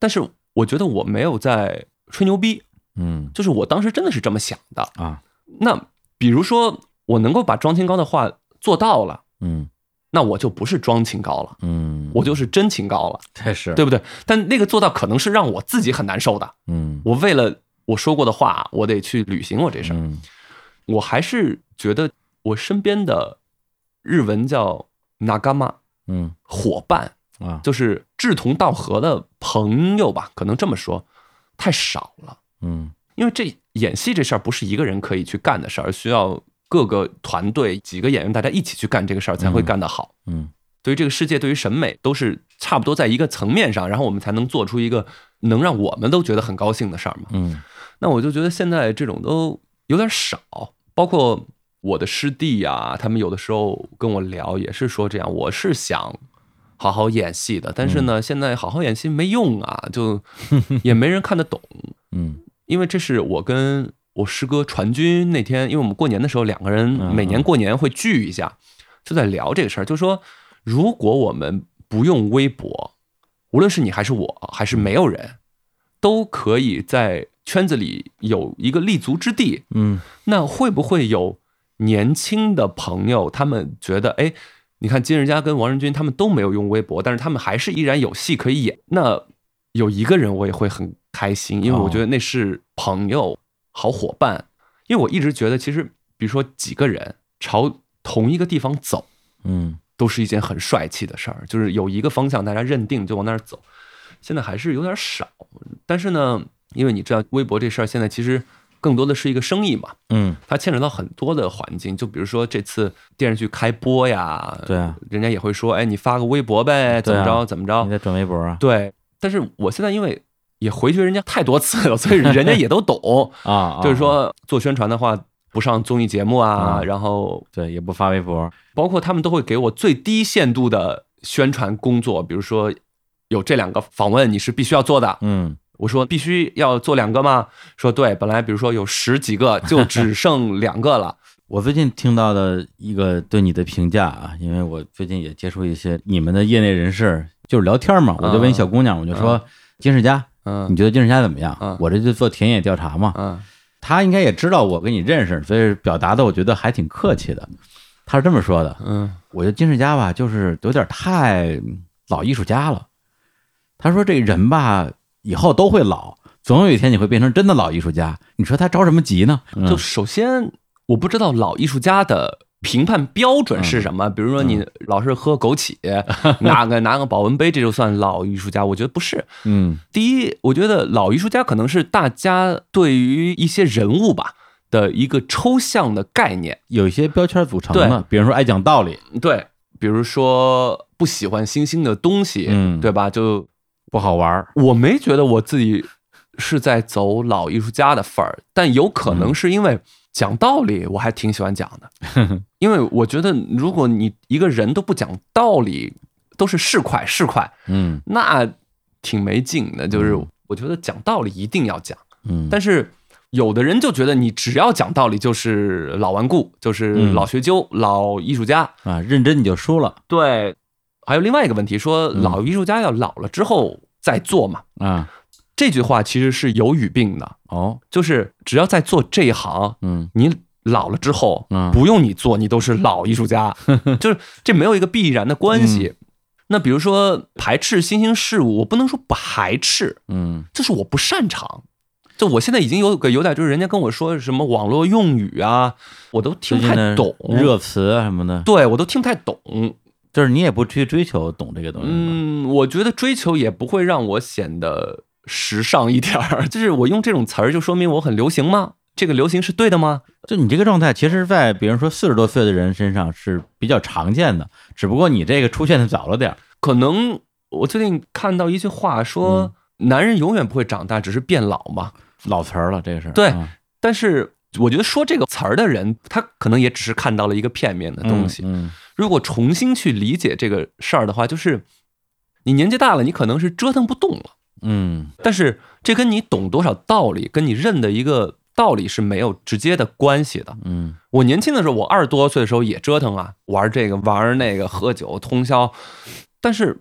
B: 但是我觉得我没有在吹牛逼，
C: 嗯
B: 就是我当时真的是这么想的。
C: 啊，
B: 那比如说我能够把装清高的话做到了，
C: 嗯
B: 那我就不是装清高了，
C: 嗯，
B: 我就是真清高了，
C: 这是
B: 对，不对？但那个做到可能是让我自己很难受的。
C: 嗯
B: 我为了我说过的话，我得去履行我这事儿。
C: 嗯
B: 我还是觉得我身边的日文叫 “nagama”
C: 嗯
B: 伙伴，
C: 啊，
B: 就是志同道合的朋友吧，可能这么说太少了。
C: 嗯
B: 因为这演戏这事儿不是一个人可以去干的事儿，需要各个团队、几个演员大家一起去干这个事儿才会干得好。
C: 嗯
B: 对于这个世界，对于审美都是差不多在一个层面上，然后我们才能做出一个能让我们都觉得很高兴的事儿嘛。
C: 嗯
B: 那我就觉得现在这种都有点少，包括我的师弟呀、他们有的时候跟我聊也是说这样，我是想好好演戏的，但是呢，现在好好演戏没用啊，就也没人看得懂，
C: 嗯
B: 因为这是我跟我师哥传军那天，因为我们过年的时候两个人
C: 嗯
B: 每年过年会聚一下，就在聊这个事儿，就说如果我们不用微博，无论是你还是我，还是没有人，都可以在圈子里有一个立足之地。
C: 嗯
B: 那会不会有年轻的朋友，他们觉得，哎，你看金人佳跟王仁君他们都没有用微博，但是他们还是依然有戏可以演。那有一个人我也会很开心，因为我觉得那是朋友、好伙伴。因为我一直觉得，其实比如说几个人朝同一个地方走，
C: 嗯，
B: 都是一件很帅气的事儿，就是有一个方向，大家认定就往那儿走。现在还是有点少，但是呢，因为你知道微博这事儿，现在其实更多的是一个生意嘛，
C: 嗯，
B: 它牵扯到很多的环境，就比如说这次电视剧开播呀，
C: 对啊，
B: 人家也会说，哎，你发个微博呗，怎
C: 对啊
B: 么着怎么着
C: 你，得转微博啊
B: 对。但是我现在因为也回绝人家太多次了，所以人家也都懂，
C: 啊， (laughs) 啊
B: 就是，说做宣传的话，不上综艺节目啊，
C: 嗯
B: 然后
C: 对，也不发微博，
B: 包括他们都会给我最低限度的宣传工作，比如说有这两个访问你是必须要做的，
C: 嗯，
B: 我说必须要做两个吗？说对，本来比如说有十几个，就只剩两个了。
C: 我最近听到的一个对你的评价啊，因为我最近也接触一些你们的业内人士，就是聊天嘛，我就问
B: 嗯
C: 小姑娘，我就说金世佳，
B: 嗯
C: 你觉得金世佳怎么样
B: 嗯？
C: 我这就做田野调查嘛，
B: 嗯
C: 她应该也知道我跟你认识，所以表达的我觉得还挺客气的。她是这么说的，
B: 嗯
C: 我觉得金世佳吧，就是有点太老艺术家了。他说这人吧，以后都会老，总有一天你会变成真的老艺术家。你说他着什么急呢？嗯
B: 就首先我不知道老艺术家的评判标准是什么，
C: 嗯
B: 比如说你老是喝枸
C: (laughs)
B: 杞，拿个拿个保温杯，这就算老艺术家？我觉得不是。
C: 嗯
B: 第一，我觉得老艺术家可能是大家对于一些人物吧的一个抽象的概念。
C: 有一些标签组成的，比如说爱讲道理，
B: 对，比如说不喜欢新兴的东西，
C: 嗯
B: 对吧？就
C: 不好玩儿。
B: 我没觉得我自己是在走老艺术家的范儿，但有可
C: 嗯
B: 能是因为讲道理，我还挺喜欢讲的。 (laughs) 因为我觉得，如果你一个人都不讲道理，都是市侩市侩，
C: 嗯
B: 那挺没劲的。就是
C: 嗯
B: 我觉得讲道理一定要讲，
C: 嗯，
B: 但是有的人就觉得你只要讲道理就是老顽固，就是
C: 嗯
B: 老学究、老艺术家。
C: 啊，认真你就输了
B: 对，还有另外一个问题，说
C: 嗯
B: 老艺术家要老了之后再做嘛。
C: 啊。
B: 这句话其实是有语病的，
C: 哦，
B: 就是只要在做这一行，
C: 嗯
B: 你老了之后
C: 嗯，
B: 不用你做，你都是老艺术
C: (laughs)
B: 家，就是这没有一个必然的关系。
C: 嗯
B: 那比如说排斥新兴事物，我不能说不排斥，
C: 嗯
B: 就是我不擅长。就我现在已经有个有点，就是人家跟我说什么网络用语啊，我都听
C: 最
B: 不
C: 近
B: 太
C: 的
B: 懂，
C: 热词啊什么的，
B: 对我都听不太懂。
C: 就是你也不去追求懂这个东西。，
B: 嗯，我觉得追求也不会让我显得时尚一点儿， (laughs) 就是我用这种词儿就说明我很流行吗？这个流行是对的吗？
C: 就你这个状态，其实，在比如说四十多岁的人身上是比较常见的，只不过你这个出现的早了点儿。
B: 可能我最近看到一句话
C: 嗯
B: 说，男人永远不会长大，只是变老嘛。
C: 老词儿了，这个是
B: 对
C: 啊
B: 但是我觉得说这个词儿的人，他可能也只是看到了一个片面的东西。
C: 嗯
B: 如果重新去理解这个事儿的话，就是你年纪大了，你可能是折腾不动了。
C: 嗯
B: 但是这跟你懂多少道理，跟你认的一个道理是没有直接的关系的。
C: 嗯
B: 我年轻的时候，我二十多岁的时候也折腾啊，玩这个玩那个，喝酒通宵。但是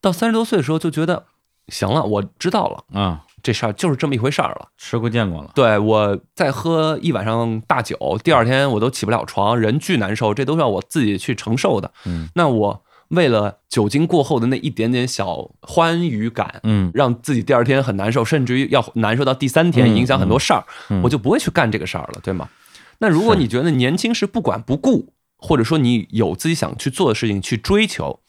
B: 到三十多岁的时候，就觉得行了，我知道了，
C: 嗯啊，
B: 这事儿就是这么一回事儿了。
C: 吃过见过了，
B: 对我再喝一晚上大酒，第二天我都起不了床，人巨难受，这都是要我自己去承受的。
C: 嗯
B: 那我为了酒精过后的那一点点小欢愉感，
C: 嗯
B: 让自己第二天很难受，甚至于要难受到第三
C: 嗯
B: 天，影响很多事儿，
C: 嗯
B: 我就不会去干这个事儿了，对吗？那如果你觉得年轻是不管不顾，或者说你有自己想去做的事情去追求，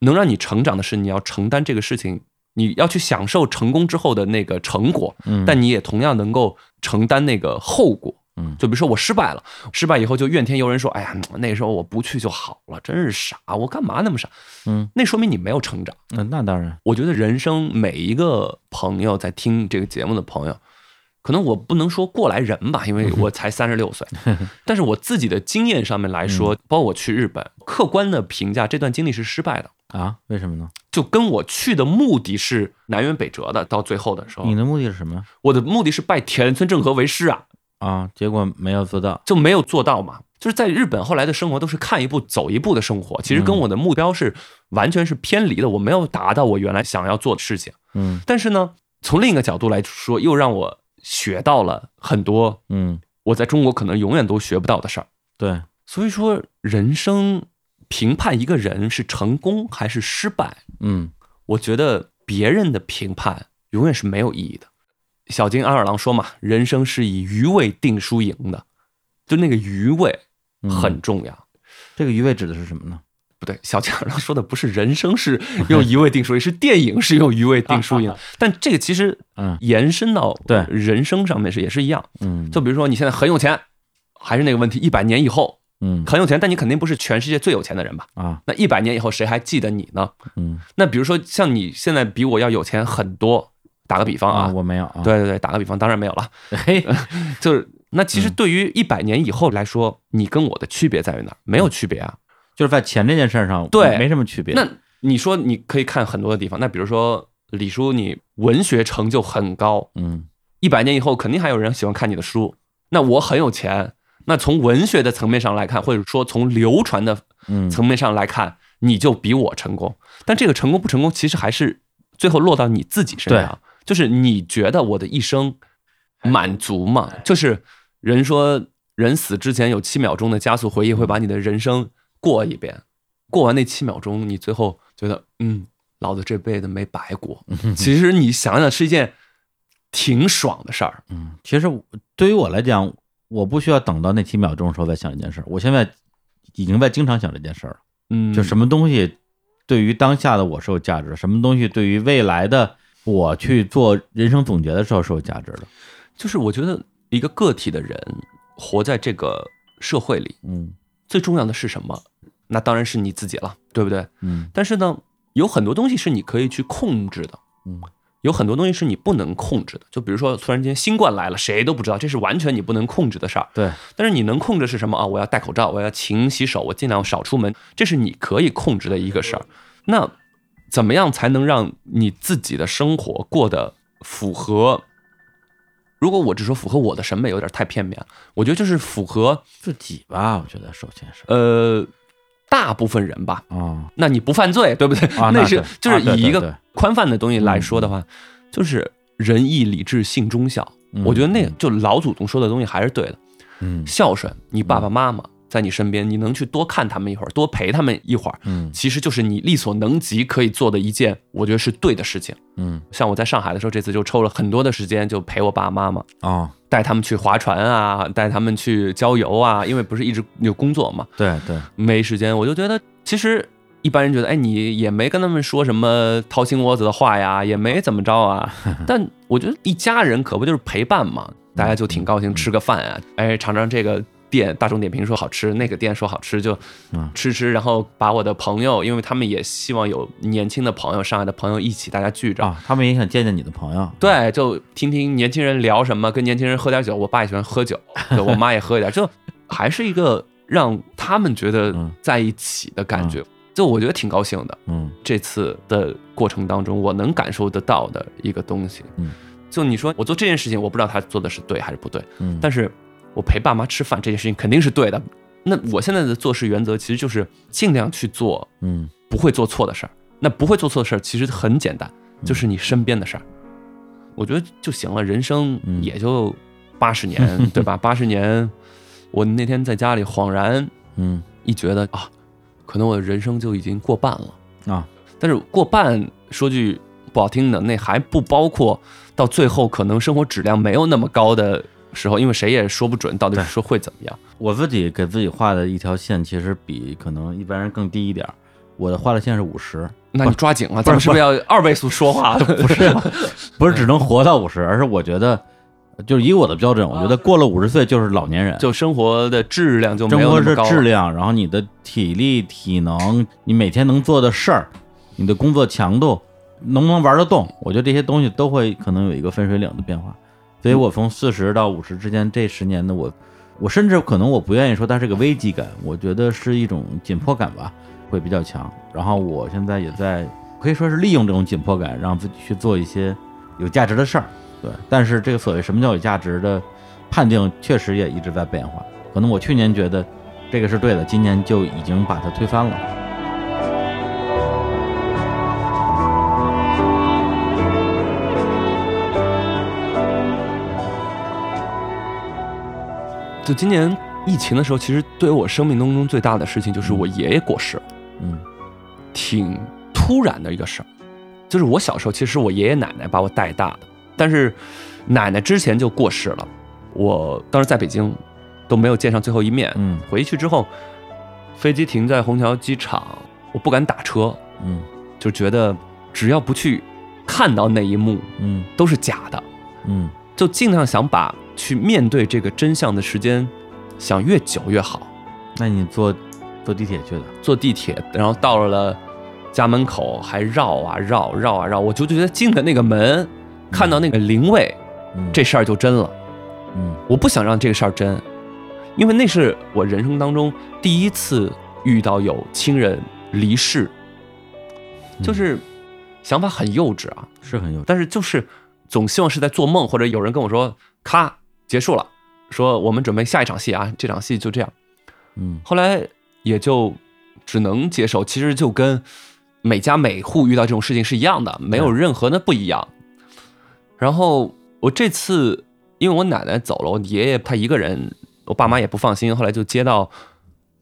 B: 能让你成长的事，你要承担这个事情，你要去享受成功之后的那个成果，
C: 嗯，
B: 但你也同样能够承担那个后果。
C: 嗯
B: 就比如说我失败了，失败以后就怨天尤人，说：“哎呀，那时候我不去就好了，真是傻，我干嘛那么傻？”
C: 嗯，
B: 那说明你没有成长。
C: 那那当然，
B: 我觉得人生每一个朋友在听这个节目的朋友，可能我不能说过来人吧，因为我才三十六岁，但是我自己的经验上面来说，包括我去日本，客观的评价这段经历是失败的，
C: 啊，为什么呢？
B: 就跟我去的目的是南辕北辙的。到最后的时候
C: 你，的目的是什么
B: 我的目的是拜田村正和为师啊，
C: 啊？结果没有做到，
B: 就没有做到嘛。就是在日本后来的生活都是看一步走一步的生活，其实跟我的目标是完全是偏离的，我没有达到我原来想要做的事情。
C: 嗯
B: 但是呢，从另一个角度来说，又让我学到了很多
C: 嗯，
B: 我在中国可能永远都学不到的事儿。
C: 对，
B: 所以说，人生评判一个人是成功还是失败，
C: 嗯
B: 我觉得别人的评判永远是没有意义的。小津安二郎说嘛，人生是以余味定输赢的，就那个余味
C: 嗯
B: 很重要。
C: 这个余味指的是什么呢？
B: 不对，小津安二郎说的不是人生是用余味定输赢，是电影是用余味定输赢。但这个其实
C: 嗯
B: 延伸到
C: 对
B: 人生上面是也是一样。
C: 嗯，
B: 就比如说你现在很有钱，还是那个问题，一百年以后
C: 嗯
B: 很有钱，但你肯定不是全世界最有钱的人吧？
C: 啊
B: 那一百年以后谁还记得你呢？
C: 嗯
B: 那比如说像你现在比我要有钱很多，打个比方啊，
C: 我没有啊，
B: 对对对，打个比方，当然没有了，
C: (laughs) 嘿，
B: 就是那其实对于一百年以后来说，你跟我的区别在于哪儿？没有区别啊。
C: 就是在钱这件事儿上，
B: 对
C: 没什么区别。
B: 那你说你可以看很多的地方，那比如说李叔，你文学成就很高，
C: 嗯
B: 一百年以后肯定还有人喜欢看你的书。那我很有钱，那从文学的层面上来看，或者说从流传的
C: 嗯，
B: 层面上来看，你就比我成功。但这个成功不成功，其实还是最后落到你自己身上。就是你觉得我的一生满足吗？
C: 哎
B: 就是人说人死之前有七秒钟的加速回忆，会把你的人生过一
C: 嗯
B: 遍。过完那七秒钟，你最后觉得，嗯，老子这辈子没白过。
C: 嗯
B: 其实你想想，是一件挺爽的事儿。
C: 嗯，其实我对于我来讲，我不需要等到那七秒钟的时候再想这件事儿，我现在已经在经常想这件事儿了。
B: 嗯，
C: 就什么东西对于当下的我是有价值，什么东西对于未来的我去做人生总结的时候是有价值的。
B: 就是我觉得一个个体的人活在这个社会里，
C: 嗯
B: 最重要的是什么？那当然是你自己了，对不对？
C: 嗯
B: 但是呢，有很多东西是你可以去控制的，
C: 嗯，
B: 有很多东西是你不能控制的。就比如说，突然间新冠来了，谁都不知道，这是完全你不能控制的事儿。
C: 对，
B: 但是你能控制是什么啊？我要戴口罩，我要勤洗手，我尽量少出门，这是你可以控制的一个事儿。那怎么样才能让你自己的生活过得符合？如果我只说符合我的审美，有点太片面了。我觉得就是符合
C: 自己吧，我觉得首先是
B: 呃大部分人吧，
C: 啊
B: 那你不犯罪，对不对？(laughs)
C: 啊，
B: 那
C: 那
B: 是
C: 对
B: 就是
C: 啊对
B: 以一
C: 对
B: 个
C: 对
B: 宽泛的东西来说的话，就是仁义礼智信忠孝。
C: 嗯
B: 我觉得那就老祖宗说的东西还是对的，
C: 嗯
B: 孝顺。你爸爸妈妈在你身边，你能去多看他们一会儿，多陪他们一会儿，
C: 嗯
B: 其实就是你力所能及可以做的一件，我觉得是对的事情。
C: 嗯
B: 像我在上海的时候，这次就抽了很多的时间，就陪我爸妈妈。
C: 啊，
B: 带他们去划船啊，带他们去郊游啊，因为不是一直有工作嘛，
C: 对对，
B: 没时间，我就觉得其实一般人觉得，哎，你也没跟他们说什么掏心窝子的话呀，也没怎么着啊。但我觉得一家人可不就是陪伴嘛，大家就挺高兴，吃个饭啊，哎，尝尝这个店大众点评说好吃，那个店说好吃，就
C: 嗯
B: 吃吃，然后把我的朋友，因为他们也希望有年轻的朋友，上海的朋友一起大家聚着。
C: 啊，他们也想见见你的朋友。
B: 对，就听听年轻人聊什么，跟年轻人喝点酒。我爸也喜欢喝酒， (laughs) 对我妈也喝一点，就还是一个让他们觉得
C: 嗯
B: 在一起的感觉，嗯就我觉得挺高兴的。
C: 嗯
B: 这次的过程当中，我能感受得到的一个东西，
C: 嗯，
B: 就你说我做这件事情，我不知道他做的是对还是不对，
C: 嗯，
B: 但是我陪爸妈吃饭这件事情肯定是对的。那我现在的做事原则其实就是尽量去做
C: 嗯
B: 不会做错的事儿。那不会做错的事儿其实很简单，就是你身边的事儿。我觉得就行了，人生
C: 嗯
B: 也就八十年， (laughs) 对吧？八十年，我那天在家里恍然
C: 嗯
B: 一觉得啊，可能我的人生就已经过半了。
C: 啊
B: 但是过半，说句不好听的，那还不包括到最后可能生活质量没有那么高的时候，因为谁也说不准到底是说会怎么样。
C: 我自己给自己画的一条线，其实比可能一般人更低一点儿。我的画的线是五十，
B: 那你抓紧啊，咱们是不是要二位数说话了？ (laughs) 不是，啊
C: 不是只能活到五十，而是我觉得，就是以我的标准，我觉得过了五十岁就是老年人，
B: 就生活的质量就没
C: 生
B: 有
C: 活
B: 那么
C: 是
B: 高了。
C: 质量，然后你的体力、体能，你每天能做的事儿，你的工作强度，能不能玩得动，我觉得这些东西都会可能有一个分水岭的变化。
B: 嗯
C: 所以我从四十到五十之间这十年的我，我甚至可能我不愿意说它是个危机感，我觉得是一种紧迫感吧，会比较强。然后我现在也在可以说是利用这种紧迫感，让自己去做一些有价值的事儿。对，但是这个所谓什么叫有价值的判定，确实也一直在变化。可能我去年觉得这个是对的，今年就已经把它推翻了。
B: 就今年疫情的时候，其实对我生命当中最大的事情就是我爷爷过世了，
C: 嗯
B: 挺突然的一个事儿。就是我小时候，其实是我爷爷奶奶把我带大的，但是奶奶之前就过世了，我当时在北京都没有见上最后一面。
C: 嗯
B: 回去之后，飞机停在虹桥机场，我不敢打车，
C: 嗯
B: 就觉得只要不去看到那一幕，
C: 嗯
B: 都是假的。
C: 嗯
B: 就尽量想把去面对这个真相的时间想越久越好。
C: 那你坐坐地铁去的？
B: 坐地铁，然后到了家门口还绕啊绕绕啊绕，我就觉得进了那个门，看到那个灵位，
C: 嗯，
B: 这事儿就真了。
C: 嗯
B: 我不想让这个事儿真，因为那是我人生当中第一次遇到有亲人离世，就是想法很幼稚啊，
C: 嗯是很有
B: 但是就是总希望是在做梦，或者有人跟我说“咔结束了”，说我们准备下一场戏啊，这场戏就这样。
C: 嗯
B: 后来也就只能接受，其实就跟每家每户遇到这种事情是一样的，没有任何的不一样。然后我这次因为我奶奶走了，我爷爷他一个人，我爸妈也不放心，后来就接到。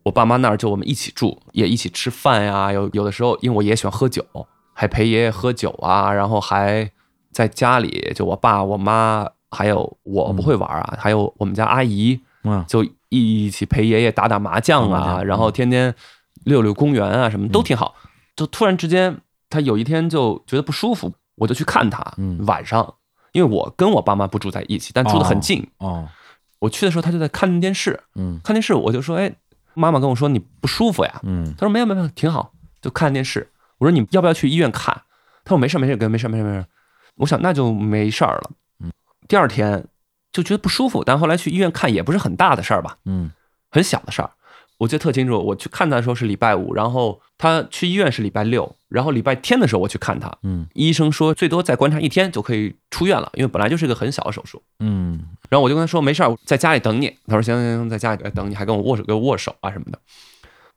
B: 我爸妈那儿就我们一起住，也一起吃饭呀、有有的时候，因为我爷爷喜欢喝酒，还陪爷爷喝酒啊，然后还在家里，就我爸、我妈，还有我不会玩啊，还有我们家阿姨，
C: 哇
B: 就一起陪爷爷打打麻将
C: 打麻
B: 啊，
C: 将嗯
B: 然后天天溜溜公园啊，什么都挺好。就
C: 嗯
B: 突然之间，他有一天就觉得不舒服，我就去看他。
C: 嗯
B: 晚上，因为我跟我爸妈不住在一起，但住得很近。
C: 哦
B: 我去的时候，他就在看电视，
C: 嗯
B: 看电视，我就说：“哎，妈妈跟我说你不舒服呀。”
C: 嗯
B: 他说：“没有没有，没有挺好，就看电视。”我说：“你要不要去医院看？”他说：“没事没事，哥，没事没事没事。”我想那就没事儿了。
C: 嗯
B: 第二天就觉得不舒服，但后来去医院看也不是很大的事儿吧。
C: 嗯
B: 很小的事儿，我记得特清楚。我去看他的时候是礼拜五，然后他去医院是礼拜六，然后礼拜天的时候我去看他，
C: 嗯
B: 医生说最多再观察一天就可以出院了，因为本来就是一个很小的手术。
C: 嗯
B: 然后我就跟他说没事儿，我在家里等你。他说行行行，在家里等你，还跟我握手给我握手啊什么的。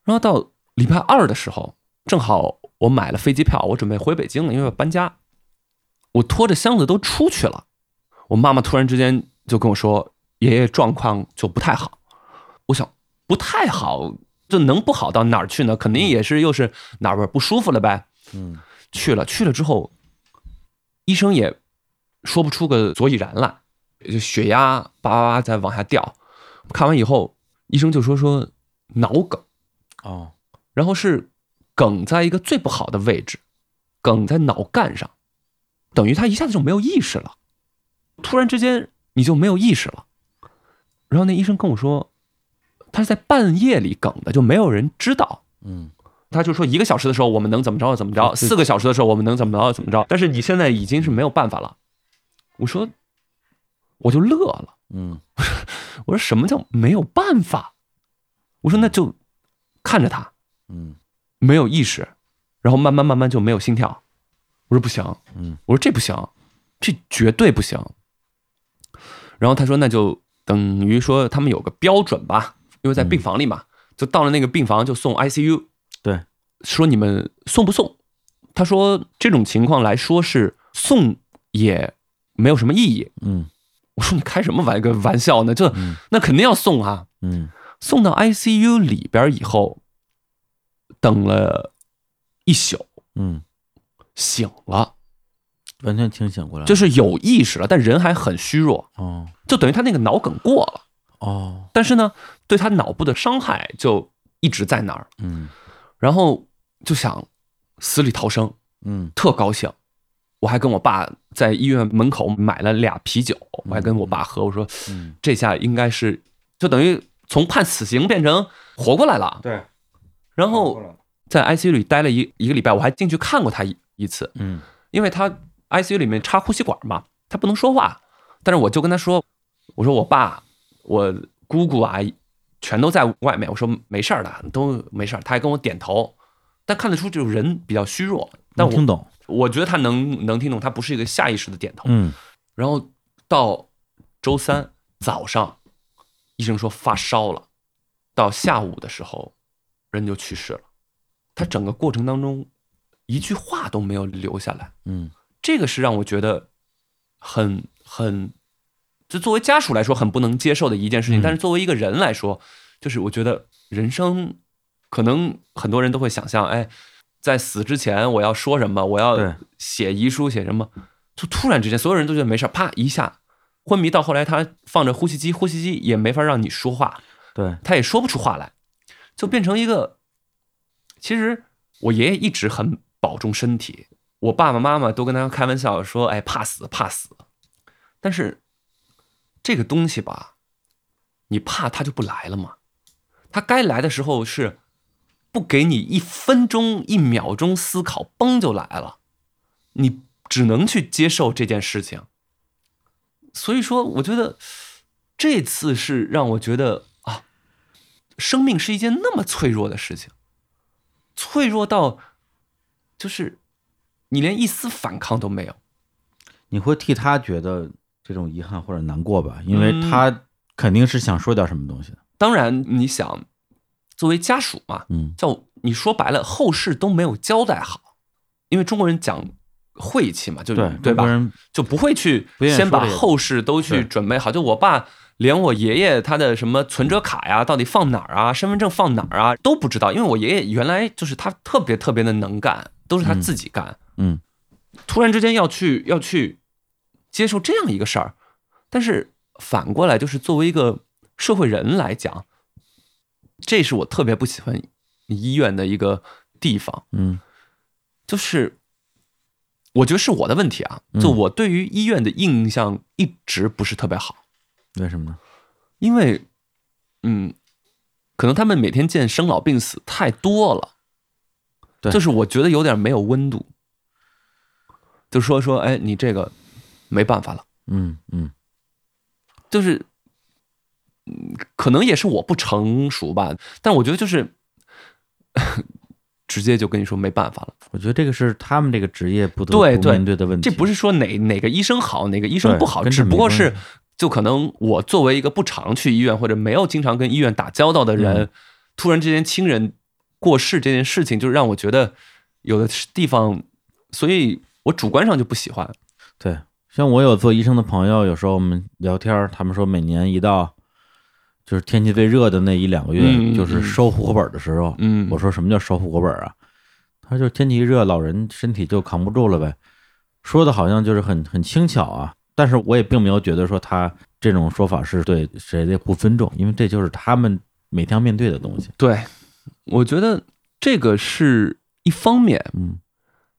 B: 然后到礼拜二的时候，正好我买了飞机票，我准备回北京了，因为要搬家。我拖着箱子都出去了，我妈妈突然之间就跟我说，爷爷状况就不太好。我想不太好，这能不好到哪儿去呢？肯定也是又是哪儿不舒服了呗。
C: 嗯
B: 去了，去了之后，医生也说不出个所以然来，就血压叭叭叭在往下掉。看完以后，医生就说说脑梗，
C: 哦
B: 然后是梗在一个最不好的位置，梗在脑干上，等于他一下子就没有意识了。突然之间你就没有意识了。然后那医生跟我说，他是在半夜里梗的，就没有人知道。
C: 嗯
B: 他就说一个小时的时候我们能怎么着怎么着，四个小时的时候我们能怎么着怎么着。但是你现在已经是没有办法了。我说，我就乐了。
C: 嗯
B: 我说什么叫没有办法？我说那就看着他
C: 嗯
B: 没有意识，然后慢慢慢慢就没有心跳。我说不行，
C: 嗯
B: 我说这不行，这绝对不行。然后他说那就等于说他们有个标准吧，因为在病房里嘛，就到了那个病房就送 ICU。
C: 对，
B: 说你们送不送？他说这种情况来说是送也没有什么意义。
C: 嗯
B: 我说你开什么玩个玩笑呢？这
C: 嗯
B: 那肯定要送啊！
C: 嗯
B: 送到 ICU 里边以后，等了一宿，
C: 嗯，
B: 醒了，
C: 完全清醒过来了，
B: 就是有意识了，但人还很虚弱，
C: 哦
B: 就等于他那个脑梗过了，
C: 哦
B: 但是呢，对他脑部的伤害就一直在那儿，
C: 嗯
B: 然后就想死里逃生，
C: 嗯
B: 特高兴。我还跟我爸在医院门口买了俩啤酒，我还跟我爸喝，我说
C: 嗯，
B: 这下应该是就等于从判死刑变成活过来了。
C: 对，
B: 然后在 ICU 里待了一一个礼拜，我还进去看过他一一次，
C: 嗯
B: 因为他 ICU 里面插呼吸管嘛，他不能说话，但是我就跟他说，我说我爸、我姑姑啊，全都在外面，我说没事儿的，都没事儿。他还跟我点头，但看得出就是人比较虚弱，但
C: 能
B: 我呃
C: 听懂，
B: 我觉得他能能听懂，他不是一个下意识的点头。
C: 嗯
B: 然后到周三早上，医生说发烧了，到下午的时候，人就去世了。他整个过程当中一句话都没有留下来，
C: 嗯
B: 这个是让我觉得很很，就作为家属来说很不能接受的一件事情，
C: 嗯
B: 但是作为一个人来说，就是我觉得人生可能很多人都会想象，哎，在死之前我要说什么，我
C: 对
B: 要写遗书写什么，就突然之间所有人都觉得没事儿，啪一下昏迷到后来他放着呼吸机，呼吸机也没法让你说话，
C: 对，
B: 他也说不出话来，就变成一个。其实我爷爷一直很保重身体，我爸爸妈妈都跟他开玩笑说：“哎，怕死，怕死。”但是这个东西吧，你怕他就不来了嘛。他该来的时候是不给你一分钟、一秒钟思考，嘣就来了，你只能去接受这件事情。所以说，我觉得这次是让我觉得啊，生命是一件那么脆弱的事情，脆弱到就是你连一丝反抗都没有。
C: 你会替他觉得这种遗憾或者难过吧？因为
B: 嗯
C: 他肯定是想说点什么东西的。
B: 当然，你想作为家属嘛，
C: 嗯
B: 叫你说白了，后事都没有交代好，因为中国人讲晦气嘛，就
C: 对
B: 对吧？
C: 外国人
B: 就不会去
C: 不愿意
B: 先
C: 说
B: 把
C: 这个
B: 后事都
C: 对
B: 去准备好。就我爸连我爷爷他的什么存折卡呀，到底放哪儿啊，身份证放哪儿啊，都不知道。因为我爷爷原来就是他特别特别的能干，都是他自己干。
C: 嗯，
B: 突然之间要去要去接受这样一个事儿，但是反过来就是作为一个社会人来讲，这是我特别不喜欢医院的一个地方。
C: 嗯
B: 就是我觉得是我的问题啊，就我对于医院的印象一直不是特别好，
C: 为什么呢？
B: 因为嗯，可能他们每天见生老病死太多了，
C: 对
B: 就是我觉得有点没有温度，就说说哎，你这个没办法了，
C: 嗯嗯
B: 就是。嗯可能也是我不成熟吧，但我觉得就是 (laughs) 直接就跟你说没办法了。
C: 我觉得这个是他们这个职业不得
B: 对
C: 不
B: 对
C: 面对的问题。
B: 这不是说哪哪个医生好，哪个医生
C: 嗯对
B: 不好，
C: 跟
B: 只
C: 这
B: 不过
C: 没关
B: 是就可能我作为一个不常去医院或者没有经常跟医院打交道的人，
C: 嗯
B: 突然之间亲人过世这件事情，就让我觉得有的地方，所以我主观上就不喜欢。
C: 对，像我有做医生的朋友，有时候我们聊天儿，他们说每年一到就是天气最热的那一两个月，
B: 嗯嗯
C: 就是
B: 嗯
C: 收户口本儿的时候，
B: 嗯
C: 我说什么叫收户口本儿啊？他说就是天气一热，老人身体就扛不住了呗。说的好像就是很很轻巧啊，但是我也并没有觉得说他这种说法是对谁的不尊重，因为这就是他们每天要面对的东西。
B: 对，我觉得这个是一方面，
C: 嗯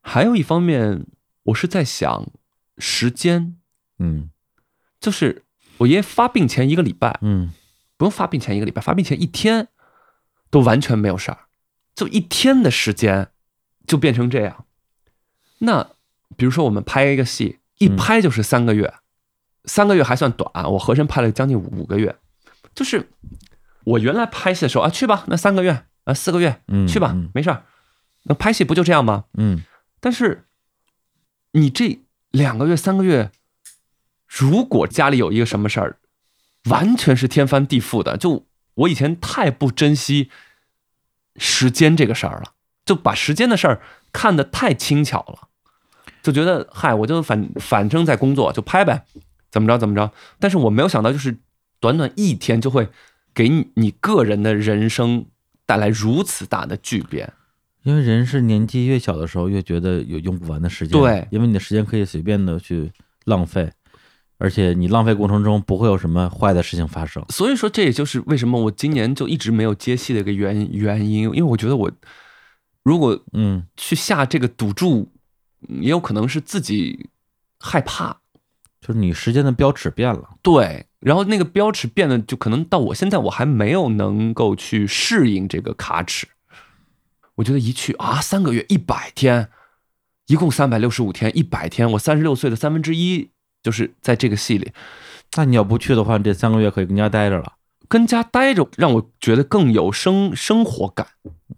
B: 还有一方面，我是在想时间，
C: 嗯
B: 就是我爷爷发病前一个礼拜，
C: 嗯，
B: 不用发病前一个礼拜，发病前一天都完全没有事儿，就一天的时间就变成这样。那比如说我们拍一个戏，一
C: 嗯
B: 拍就是三个月，三个月还算短，啊我和珅拍了将近五个月。就是我原来拍戏的时候啊，去吧，那三个月啊四个月
C: 嗯，
B: 去吧
C: 嗯，
B: 没事儿。那拍戏不就这样吗？
C: 嗯，
B: 但是你这两个月、三个月，如果家里有一个什么事儿，完全是天翻地覆的。就我以前太不珍惜时间这个事儿了，就把时间的事儿看得太轻巧了，就觉得嗨，我就反反正在工作，就拍呗，怎么着怎么着。但是我没有想到，就是短短一天就会给你你个人的人生带来如此大的巨变。
C: 因为人是年纪越小的时候越觉得有用不完的时间，
B: 对
C: 因为你的时间可以随便的去浪费，而且你浪费过程中不会有什么坏的事情发生。
B: 所以说，这也就是为什么我今年就一直没有接戏的一个原原因，因为我觉得我如果
C: 嗯，
B: 去下这个赌注，嗯也有可能是自己害怕，
C: 就是你时间的标尺变了。
B: 对，然后那个标尺变得就可能到我现在我还没有能够去适应这个卡尺。我觉得一去啊，三个月一百天，一共三百六十五天，一百天，我三十六岁的三分之一就是在这个戏里，
C: 那你要不去的话，你这三个月可以跟家待着了。
B: 跟家待着让我觉得更有生生活感。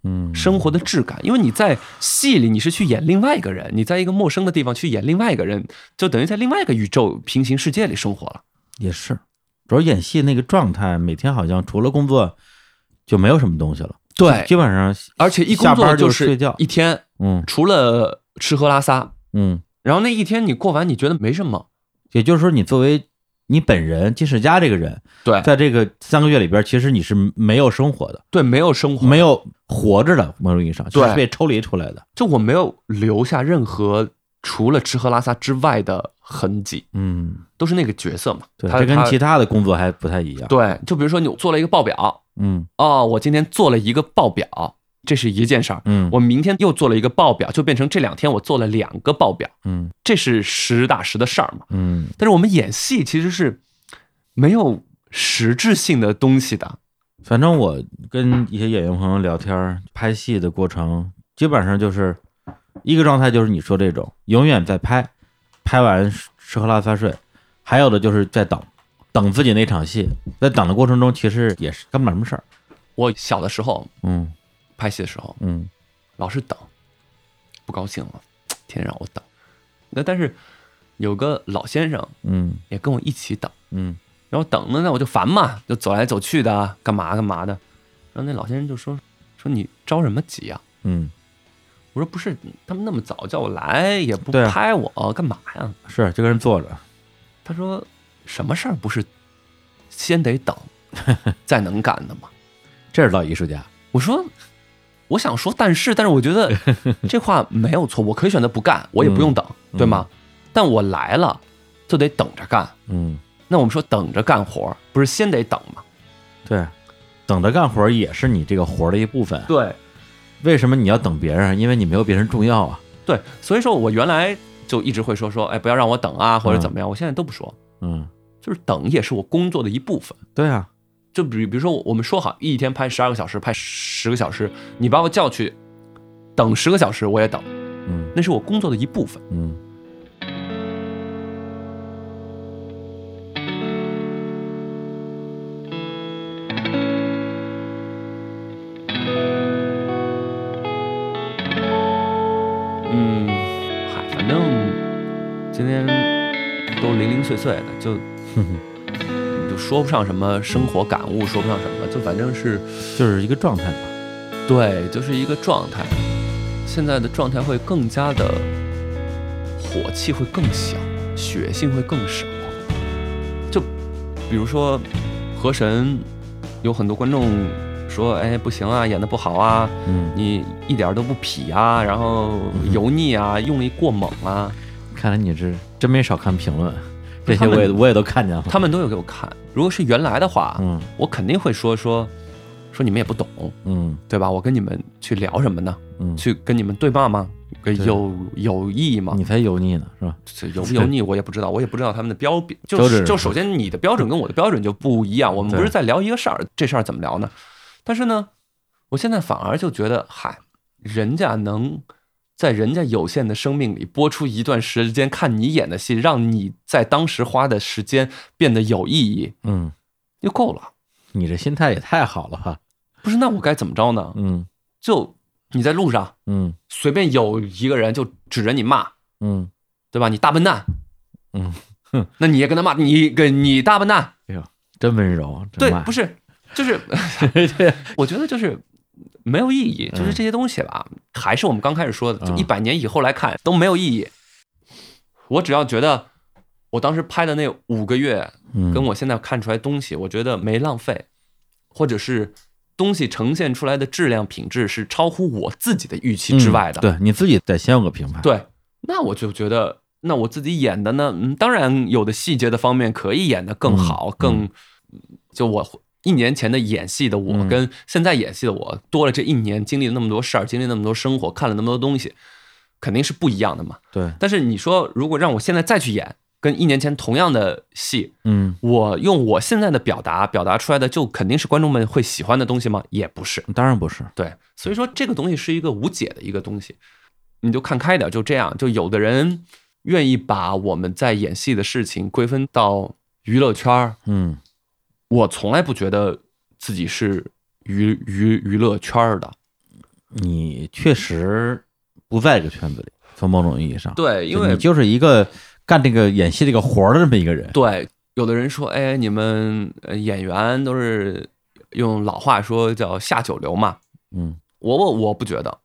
C: 嗯，
B: 生活的质感，因为你在戏里你是去演另外一个人，你在一个陌生的地方去演另外一个人，就等于在另外一个宇宙平行世界里生活了。
C: 也是，主要演戏那个状态，每天好像除了工作，就没有什么东西了，
B: 对，
C: 基本上，
B: 而且一工
C: 下
B: 作
C: 班就睡
B: 是
C: 觉
B: 一天，
C: 嗯
B: 除了吃喝拉撒，
C: 嗯，
B: 然后那一天你过完，你觉得没什么，
C: 也就是说，你作为你本人金世佳这个人，
B: 对
C: 在这个三个月里边，其实你是没有生活的，
B: 对，没有生活，
C: 没有活着的某种意义上，就是
B: 对
C: 被抽离出来的，
B: 就我没有留下任何除了吃喝拉撒之外的痕迹，
C: 嗯，
B: 都是那个角色嘛。
C: 对，
B: 他
C: 这跟
B: 他
C: 其他的工作还不太一样，
B: 对，就比如说你做了一个报表，
C: 嗯
B: 哦，我今天做了一个报表，这是一件事儿。
C: 嗯，
B: 我明天又做了一个报表，就变成这两天我做了两个报表，
C: 嗯
B: 这是实打实的事儿嘛。
C: 嗯
B: 但是我们演戏其实是没有实质性的东西的，
C: 反正我跟一些演员朋友聊天儿，拍戏的过程基本上就是一个状态，就是你说这种永远在拍，拍完吃喝拉撒睡；还有的就是在等，等自己那场戏，在等的过程中其实也是干不了什么事儿。
B: 我小的时候
C: 嗯
B: 拍戏的时候，
C: 嗯
B: 老是等，不高兴了，天天让我等。那但是有个老先生
C: 嗯
B: 也跟我一起等，
C: 嗯
B: 然后等呢，那我就烦嘛，就走来走去的，干嘛干嘛的。然后那老先生就说：“说你着什么急啊
C: 嗯，？”
B: 我说：“不是，他们那么早叫我来，也不
C: 对啊
B: 拍我，干嘛呀
C: 是就跟人坐着，？”
B: 他说：“什么事儿不是先得等， (laughs) 再能干的吗？”
C: 这是老艺术家。
B: 我说，我想说，但是，但是我觉
C: (laughs)
B: 得这话没有错，我可以选择不干，我也不用等，
C: 嗯
B: 对吗？但我来了就得等着干。
C: 嗯，
B: 那我们说等着干活，不是先得等吗？
C: 对，等着干活儿也是你这个活儿的一部分。
B: 对
C: 为什么你要等别人？因为你没有别人重要啊。
B: 对，所以说我原来就一直会说说，哎，不要让我等啊，或者怎么样，我现在都不说，
C: 嗯，
B: 就是等也是我工作的一部分。
C: 对啊，
B: 就比比如说，我们说好一天拍十二个小时，拍十个小时，你把我叫去等十个小时，我也等，
C: 嗯
B: 那是我工作的一部分。
C: 嗯。
B: 嗯，嗨，反正今天都零零碎碎的，就
C: 哼哼
B: 就说不上什么生活感悟，说不上什么，就反正是
C: 就是一个状态吧。
B: 对，就是一个状态。现在的状态会更加的火气会更小，血性会更少。就比如说《河神》，有很多观众说：“哎，不行啊，演的不好啊，
C: 嗯，
B: 你一点儿都不痞啊，然后油腻啊，用力过猛啊。”
C: 看来你是真没少看评 (laughs) 论，这些
B: 他们
C: 我也我也都看见了。
B: 他们都有给我看。如果是原来的话，
C: 嗯
B: 我肯定会说说说你们也不懂，
C: 嗯
B: 对吧？我跟你们去聊什么呢？
C: 嗯，
B: 去跟你们对骂吗？
C: 对
B: 有有意义吗
C: 你？才油腻呢，是吧？
B: 这有不油腻我也不知道，我也不知道他们的标准。就
C: 标准
B: 是就首先你的标准跟我的标准就不一样，我们
C: 对
B: 不是在聊一个事儿，这事儿怎么聊呢？但是呢，我现在反而就觉得，嗨，人家能。在人家有限的生命里播出一段时间，看你演的戏，让你在当时花的时间变得有意义
C: 嗯，
B: 就够了。
C: 你这心态也太好了哈。
B: 不是，那我该怎么着呢？
C: 嗯
B: 就你在路上
C: 嗯
B: 随便有一个人就指着你骂，
C: 嗯，
B: 对吧？你大笨蛋，
C: 嗯
B: 哼，那你也跟他骂，你跟你大笨蛋，
C: 哎呦，真温柔，
B: 对
C: 真，慢
B: 不是，
C: (laughs)
B: 就是，我觉得就是没有意义，就是这些东西吧，还是我们刚开始说的，就
C: 嗯
B: 一百年以后来看都没有意义。我只要觉得我当时拍的那五个月
C: 嗯
B: 跟我现在看出来东西，我觉得没浪费，或者是东西呈现出来的质量品质是超乎我自己的预期之外的。
C: 嗯对你自己得先有个评判。，
B: 对那我就觉得，那我自己演的呢，嗯，当然有的细节的方面可以演得更好，
C: 嗯
B: 更就我。一年前的演戏的我
C: 嗯
B: 跟现在演戏的我，多了这一年，经历了那么多事儿，经历那么多生活，看了那么多东西，肯定是不一样的嘛。
C: 对，
B: 但是你说，如果让我现在再去演跟一年前同样的戏，
C: 嗯，
B: 我用我现在的表达表达出来的，就肯定是观众们会喜欢的东西吗？也不是，
C: 当然不是。
B: 对，所以说这个东西是一个无解的一个东西，你就看开点，就这样。就有的人愿意把我们在演戏的事情归分到娱乐圈儿，
C: 嗯
B: 我从来不觉得自己是娱娱娱乐圈儿的，
C: 你确实不在这个圈子里，从某种意义上，
B: 对，因
C: 就
B: 为
C: 你就是一个干这个演戏这个活儿的这么一个人。
B: 对，有的人说，哎，你们呃演员都是用老话说叫下九流嘛。
C: 嗯
B: 我我我不觉得，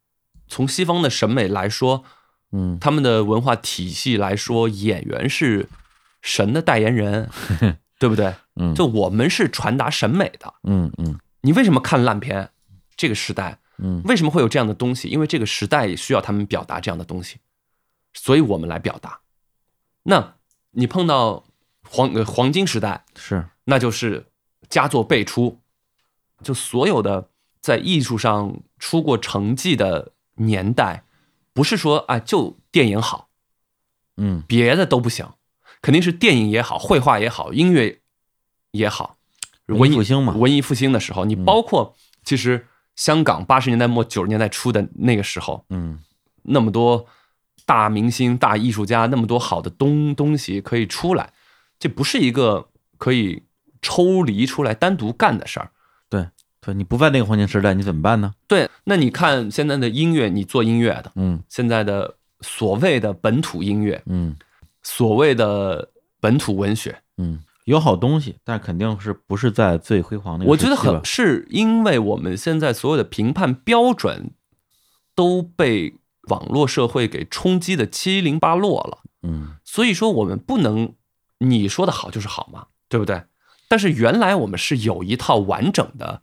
B: 从西方的审美来说，
C: 嗯
B: 他们的文化体系来说，演员是神的代言
C: (laughs)
B: 人，对不对？
C: 嗯，
B: 就我们是传达审美的。
C: 嗯嗯
B: 你为什么看烂片？这个时代
C: 嗯
B: 为什么会有这样的东西？因为这个时代也需要他们表达这样的东西，所以我们来表达。那你碰到黄呃黄金时代，
C: 是，
B: 那就是佳作辈出，就所有的在艺术上出过成绩的年代，不是说啊就电影好，
C: 嗯
B: 别的都不行，肯定是电影也好，绘画也好，音乐也好，
C: 文
B: 文
C: 艺
B: 艺
C: 复兴嘛嗯
B: 文艺复兴的时候，你包括其实香港八十年代末九十年代初的那个时候，
C: 嗯
B: 那么多大明星、大艺术家，那么多好的东东西可以出来，这不是一个可以抽离出来单独干的事儿。
C: 对对，你不在那个黄金时代，你怎么办呢？
B: 对，那你看现在的音乐，你做音乐的，
C: 嗯
B: 现在的所谓的本土音乐，
C: 嗯
B: 所谓的本土文学，
C: 嗯，有好东西，但肯定是不是在最辉煌那个
B: 我
C: 时
B: 觉得
C: 期吧
B: 很是因为我们现在所有的评判标准都被网络社会给冲击的七零八落了。
C: 嗯
B: 所以说我们不能你说的好就是好嘛，对不对？但是原来我们是有一套完整的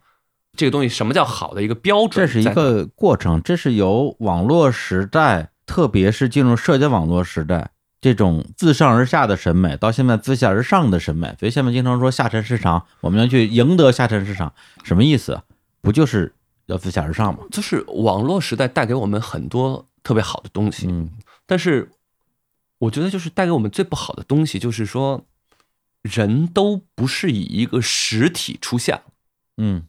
B: 这个东西，什么叫好的一个标准？
C: 这是一个过程，这是由网络时代，特别是进入社交网络时代，这种自上而下的审美，到现在自下而上的审美，所以现在经常说下沉市场，我们要去赢得下沉市场，什么意思啊？不就是要自下而上吗？
B: 就是网络时代带给我们很多特别好的东西，
C: 嗯
B: 但是我觉得就是带给我们最不好的东西，就是说人都不是以一个实体出现了，
C: 嗯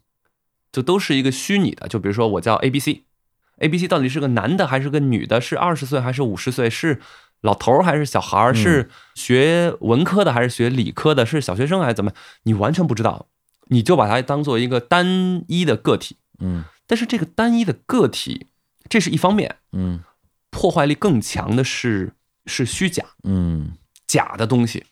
B: 就都是一个虚拟的。就比如说我叫 A B C，A B C 到底是个男的还是个女的？是二十岁还是五十岁？是老头儿还是小孩儿？是学文科的还是学理科的？是小学生还是怎么？你完全不知道，你就把它当做一个单一的个体。
C: 嗯
B: 但是这个单一的个体，这是一方面，
C: 嗯
B: 破坏力更强的是是虚假
C: 嗯，
B: 假的东西，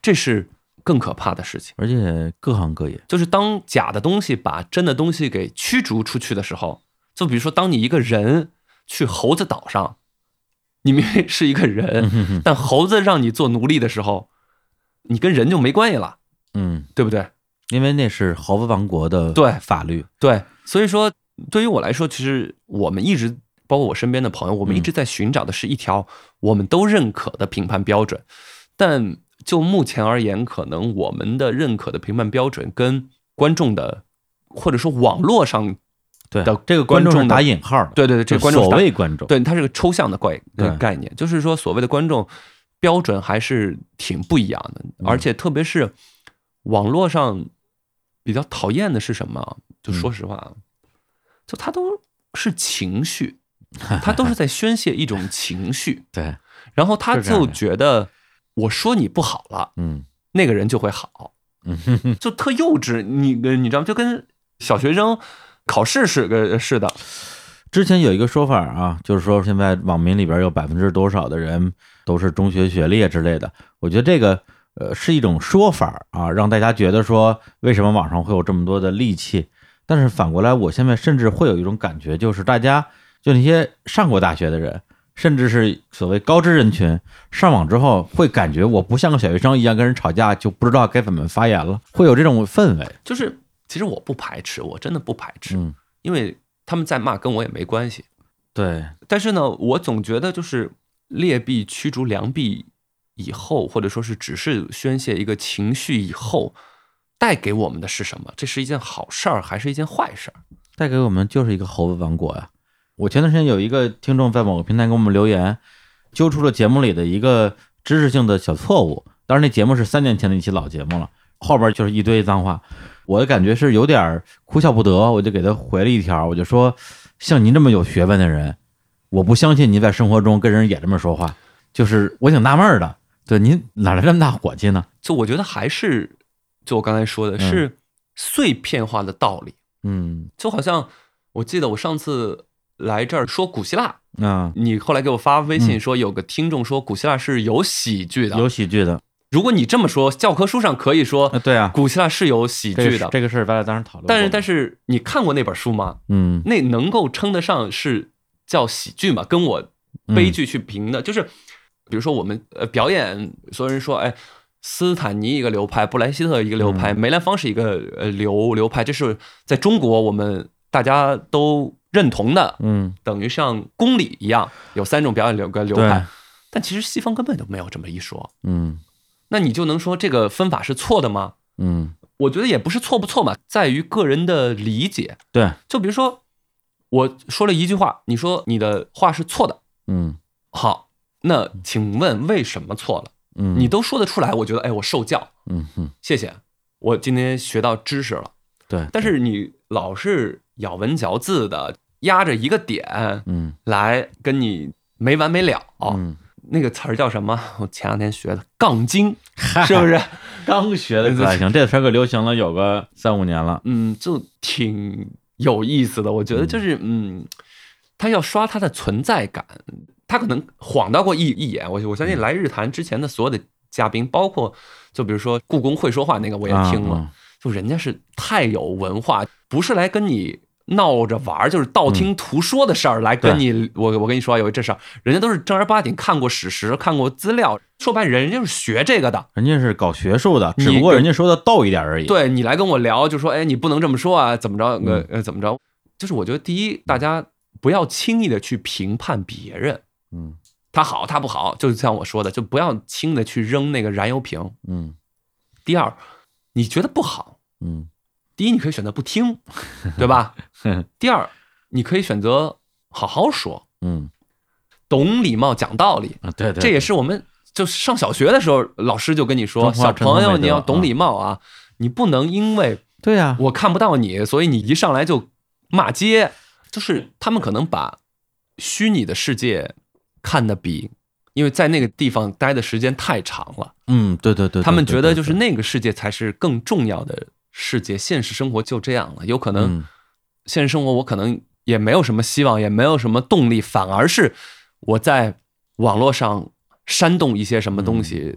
B: 这是更可怕的事情。
C: 而且各行各业， (laughs)
B: 就是当假的东西把真的东西给驱逐出去的时候，就比如说，当你一个人去猴子岛上，你明明是一个人，
C: 嗯
B: 但猴子让你做奴隶的时候，你跟人就没关系了，
C: 嗯，
B: 对不对？
C: 因为那是猴子王国的
B: 对
C: 法律，
B: 对，所以说，对于我来说，其实我们一直，包括我身边的朋友，我们一直在寻找的是一条我们都认可的评判标准。但就目前而言，可能我们的认可的评判标准跟观众的，或者说网络上，
C: 对
B: 的
C: 这个观众
B: 观众
C: 是
B: 的
C: 打引号的，
B: 对对对，这
C: 就
B: 个观众
C: 所
B: 打
C: 谓观众，
B: 对，它是个抽象的概
C: 对
B: 概念，就是说所谓的观众标准还是挺不一样的，
C: 嗯
B: 而且特别是网络上比较讨厌的是什么啊？就
C: 嗯
B: 说实话啊，就它都是情绪，它都是在宣泄一种情绪，
C: 对，
B: 然后他
C: 是这样
B: 就
C: 的
B: 觉得我说你不好了，
C: 嗯
B: 那个人就会好，
C: 嗯哼哼
B: 就特幼稚，你呃你知道吗，就跟小学生考试是个似的，
C: 之前有一个说法啊，就是说现在网民里边有百分之多少的人都是中学学历之类的。我觉得这个呃是一种说法啊，让大家觉得说为什么网上会有这么多的戾气。但是反过来，我现在甚至会有一种感觉，就是大家就那些上过大学的人，甚至是所谓高知人群，上网之后会感觉我不像个小学生一样跟人吵架，就不知道该怎么发言了，会有这种氛围。
B: 就是其实我不排斥，我真的不排斥。
C: 嗯，
B: 因为他们在骂跟我也没关系。
C: 对，
B: 但是呢，我总觉得就是劣币驱逐良币以后，或者说是只是宣泄一个情绪以后，带给我们的是什么？这是一件好事儿还是一件坏事儿？
C: 带给我们就是一个猴子王国呀、我前段时间有一个听众在某个平台给我们留言，揪出了节目里的一个知识性的小错误。当然，那节目是三年前的一期老节目了，后边就是一堆脏话，我的感觉是有点儿哭笑不得。我就给他回了一条，我就说：像您这么有学问的人，我不相信您在生活中跟人也这么说话。就是我挺纳闷儿的，对您哪来这么大火气呢？
B: 就我觉得还是就我刚才说的，
C: 嗯
B: 是碎片化的道理。
C: 嗯
B: 就好像我记得我上次来这儿说古希腊，
C: 啊，
B: 你后来给我发微信
C: 嗯
B: 说有个听众说古希腊是有喜剧的，
C: 有喜剧的，
B: 如果你这么说，教科书上可以说
C: 啊，对啊，
B: 古希腊是有喜
C: 这个
B: 剧
C: 是
B: 的，
C: 这个事儿，咱俩当时讨论过。
B: 但是但
C: 是，
B: 是你看过那本书吗？
C: 嗯，
B: 那能够称得上是叫喜剧吗？跟我悲剧去评的，就是比如说我们呃表演，所有人说，哎，斯坦尼一个流派，布莱希特一个流
C: 嗯
B: 派，梅兰芳是一个呃流流派，这是在中国我们大家都认同的，
C: 嗯，
B: 等于像公理一样，有三种表演流跟流
C: 对
B: 派，，但其实西方根本就没有这么一说，
C: 嗯
B: 那你就能说这个分法是错的吗？
C: 嗯，
B: 我觉得也不是错不错嘛，在于个人的理解。
C: 对，
B: 就比如说，我说了一句话，你说你的话是错的，
C: 嗯
B: 好，那请问为什么错了？
C: 嗯，
B: 你都说得出来，我觉得哎，我受教，
C: 嗯嗯，
B: 谢谢，我今天学到知识了。
C: 对，
B: 但是你老是咬文嚼字的压着一个点
C: 嗯
B: 来跟你没完没了，
C: 嗯，
B: 那个词儿叫什么？我前两天学的杠精，
C: 嗨
B: 是不是？
C: 刚学的可还哎行，这词儿可流行了有个三五年了。
B: 嗯，就挺有意思的。我觉得就是，嗯，他要刷他的存在感，他可能晃到过一一眼。我我相信来日坛之前的所有的嘉宾，包括就比如说故宫会说话那 (laughs) 个，我也听了，
C: 啊
B: 就人家是太有文化，不是来跟你。闹着玩儿，就是道听途说的事儿，来跟
C: 对
B: 你、我我跟你说啊有一这事儿，人家都是正儿八经看过史实，看过资料，说白了人家就是学这个的，
C: 人家是搞学术的，
B: 你
C: 只不过人家说的逗一点而已。，
B: 对你来跟我聊，就说哎，你不能这么说啊，怎么着？
C: 嗯
B: 呃呃，怎么着？就是我觉得第一，大家不要轻易的去评判别人，
C: 嗯
B: 他好他不好，就是像我说的，就不要轻易的去扔那个燃油瓶。
C: 嗯
B: 第二，你觉得不好，
C: 嗯
B: 第一你可以选择不
C: (laughs)
B: 听，对吧？第二，你可以选择好好说，
C: 嗯
B: 懂礼貌讲道理，
C: 啊，对对，
B: 这也是我们就是上小学的时候，老师就跟你说，
C: 中华
B: 小
C: 传统
B: 朋友
C: 美德
B: 你要
C: 啊
B: 懂礼貌啊，你不能因为
C: 对啊呀，
B: 我看不到你，所以你一上来就骂街，就是他们可能把虚拟的世界看得比，因为在那个地方待的时间太长了，
C: 嗯，对对对，
B: 他们
C: 对
B: 觉得就是
C: 对
B: 那个世界才是更重要的世界，现实生活就这样了。有可
C: 对
B: 能
C: 嗯
B: 现实生活我可能也没有什么希望，也没有什么动力，反而是我在网络上煽动一些什么东西。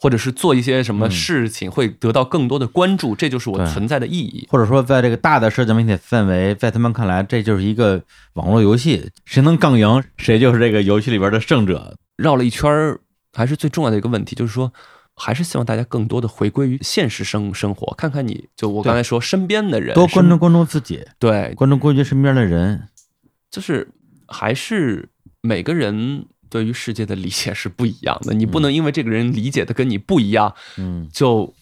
B: 或者是做一些什么
C: 嗯
B: 事情会得到更多的关注，这就是我
C: 对
B: 存在的意义。
C: 或者说，在这个大的社交媒体氛围，在他们看来，这就是一个网络游戏，谁能杠赢，谁就是这个游戏里边的胜者。
B: 绕了一圈儿，还是最重要的一个问题，就是说，还是希望大家更多的回归于现实生生活，看看你就我
C: 对
B: 刚才说身边的人，
C: 多关注
B: 身
C: 关注自己，
B: 对，
C: 关注关注身边的人。
B: 就是还是每个人对于世界的理解是不一样的，你不能因为这个人理解的跟你不一样，
C: 嗯
B: 就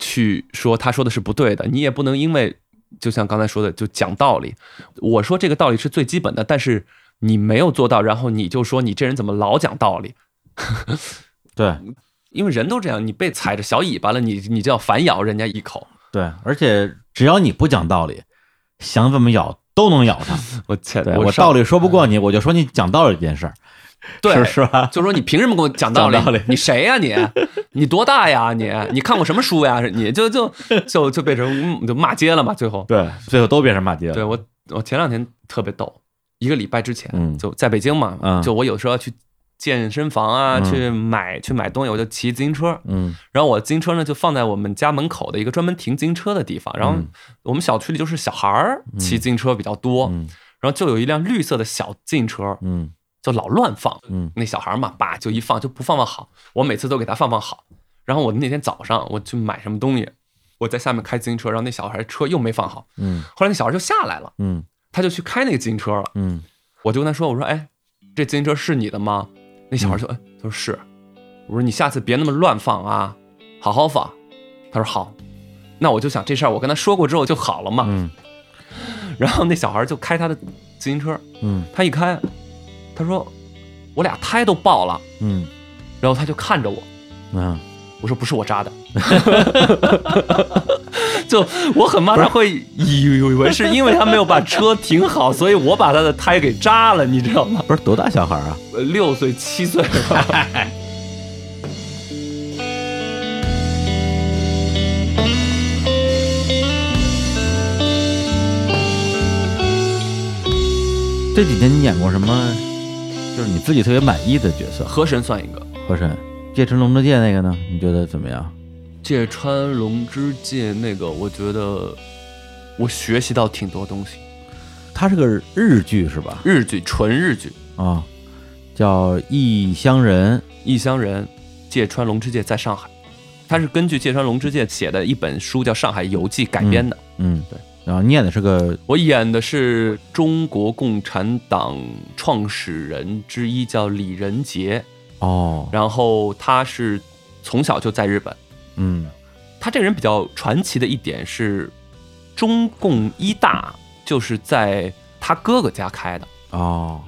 B: 去说他说的是不对的，你也不能因为就像刚才说的，就讲道理，我说这个道理是最基本的，但是你没有做到，然后你就说你这人怎么老讲道理，
C: 对
B: 因为人都这样，你被踩着小尾巴了，你你就要反咬人家一口。
C: 对，而且只要你不讲道理，想怎么咬都能咬他。
B: 我切，
C: 对我
B: 上
C: 道理说不过你，我就说你讲道理这件事儿，
B: 对
C: 是是吧？
B: 就说你凭什么跟我讲道理？
C: 讲道理
B: 你谁呀、你？你多大呀？你你看过什么书呀？你就就就就变成嗯就骂街了嘛？最后，
C: 对，最后都变成骂街了。
B: 对我我前两天特别逗，一个礼拜之前、
C: 嗯
B: 就在北京嘛，
C: 嗯
B: 就我有时候要去健身房啊，
C: 嗯
B: 去买去买东西，我就骑自行车，
C: 嗯
B: 然后我自行车呢就放在我们家门口的一个专门停自行车的地方，然后
C: 嗯
B: 我们小区里就是小孩儿骑自行车比较多，
C: 嗯
B: 然后就有一辆绿色的小自行车，
C: 嗯
B: 就老乱放。
C: 嗯
B: 那小孩儿嘛，叭就一放就不放放好，我每次都给他放放好。然后我那天早上我去买什么东西，我在下面开自行车，然后那小孩儿车又没放好，
C: 嗯
B: 后来那小孩儿就下来了，
C: 嗯
B: 他就去开那个自行车了。
C: 嗯
B: 我就跟他说：“我说，哎，这自行车是你的吗？”那小孩就，哎，他说是。我说你下次别那么乱放啊，好好放。他说好。那我就想这事儿我跟他说过之后就好了嘛。
C: 嗯
B: 然后那小孩就开他的自行车，
C: 嗯
B: 他一开，他说我俩胎都爆了。
C: 嗯
B: 然后他就看着我，
C: 嗯，
B: 我说不是我扎的， (laughs) 就我很怕他会以为是因为他没有把车停好，所以我把他的胎给扎了，你知道吗？
C: 不是多大小孩啊？
B: 呃六岁七岁吧。
C: 这几天你演过什么？就是你自己特别满意的角色？
B: 河神算一个，
C: 河神，芥川龙之介那个呢？你觉得怎么样？
B: 芥川龙之介那个，我觉得我学习到挺多东西。
C: 它是个日剧是吧？
B: 日剧，纯日剧，《
C: 啊、叫《异乡人》。
B: 异乡人》，芥川龙之介在上海，它是根据芥川龙之介写的一本书叫《上海游记》改编的。
C: 嗯，
B: 对。
C: 然后念的是个
B: 我演的是中国共产党创始人之一，叫李仁杰，
C: 哦，
B: 然后他是从小就在日本。
C: 嗯
B: 他这个人比较传奇的一点是，中共一大就是在他哥哥家开的。
C: 哦，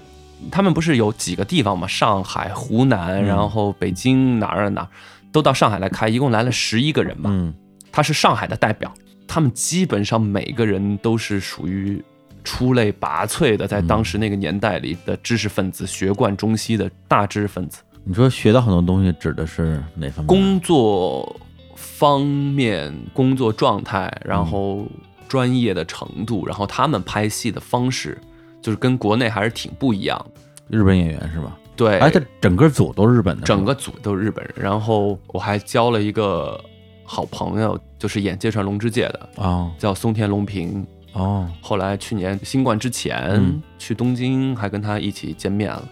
B: 他们不是有几个地方嘛？上海、湖南，
C: 嗯
B: 然后北京哪儿哪儿，都到上海来开，一共来了十一个人吧。
C: 嗯
B: 他是上海的代表，他们基本上每个人都是属于出类拔萃的，在当时那个年代里的知识分子，学贯中西的大知识分子。
C: 你说学到很多东西指的是哪方面？
B: 工作方面、工作状态，然后专业的程度，然后他们拍戏的方式，就是跟国内还是挺不一样的。
C: 日本演员是吧？
B: 对，
C: 哎，这整个组都是日本的，
B: 整个组都是日本人。然后我还交了一个好朋友，就是演芥川龙之介的，
C: 哦
B: 叫松田龙平。 (laughs)
C: 哦，
B: 后来去年新冠之前、
C: 嗯
B: 去东京，还跟他一起见面了。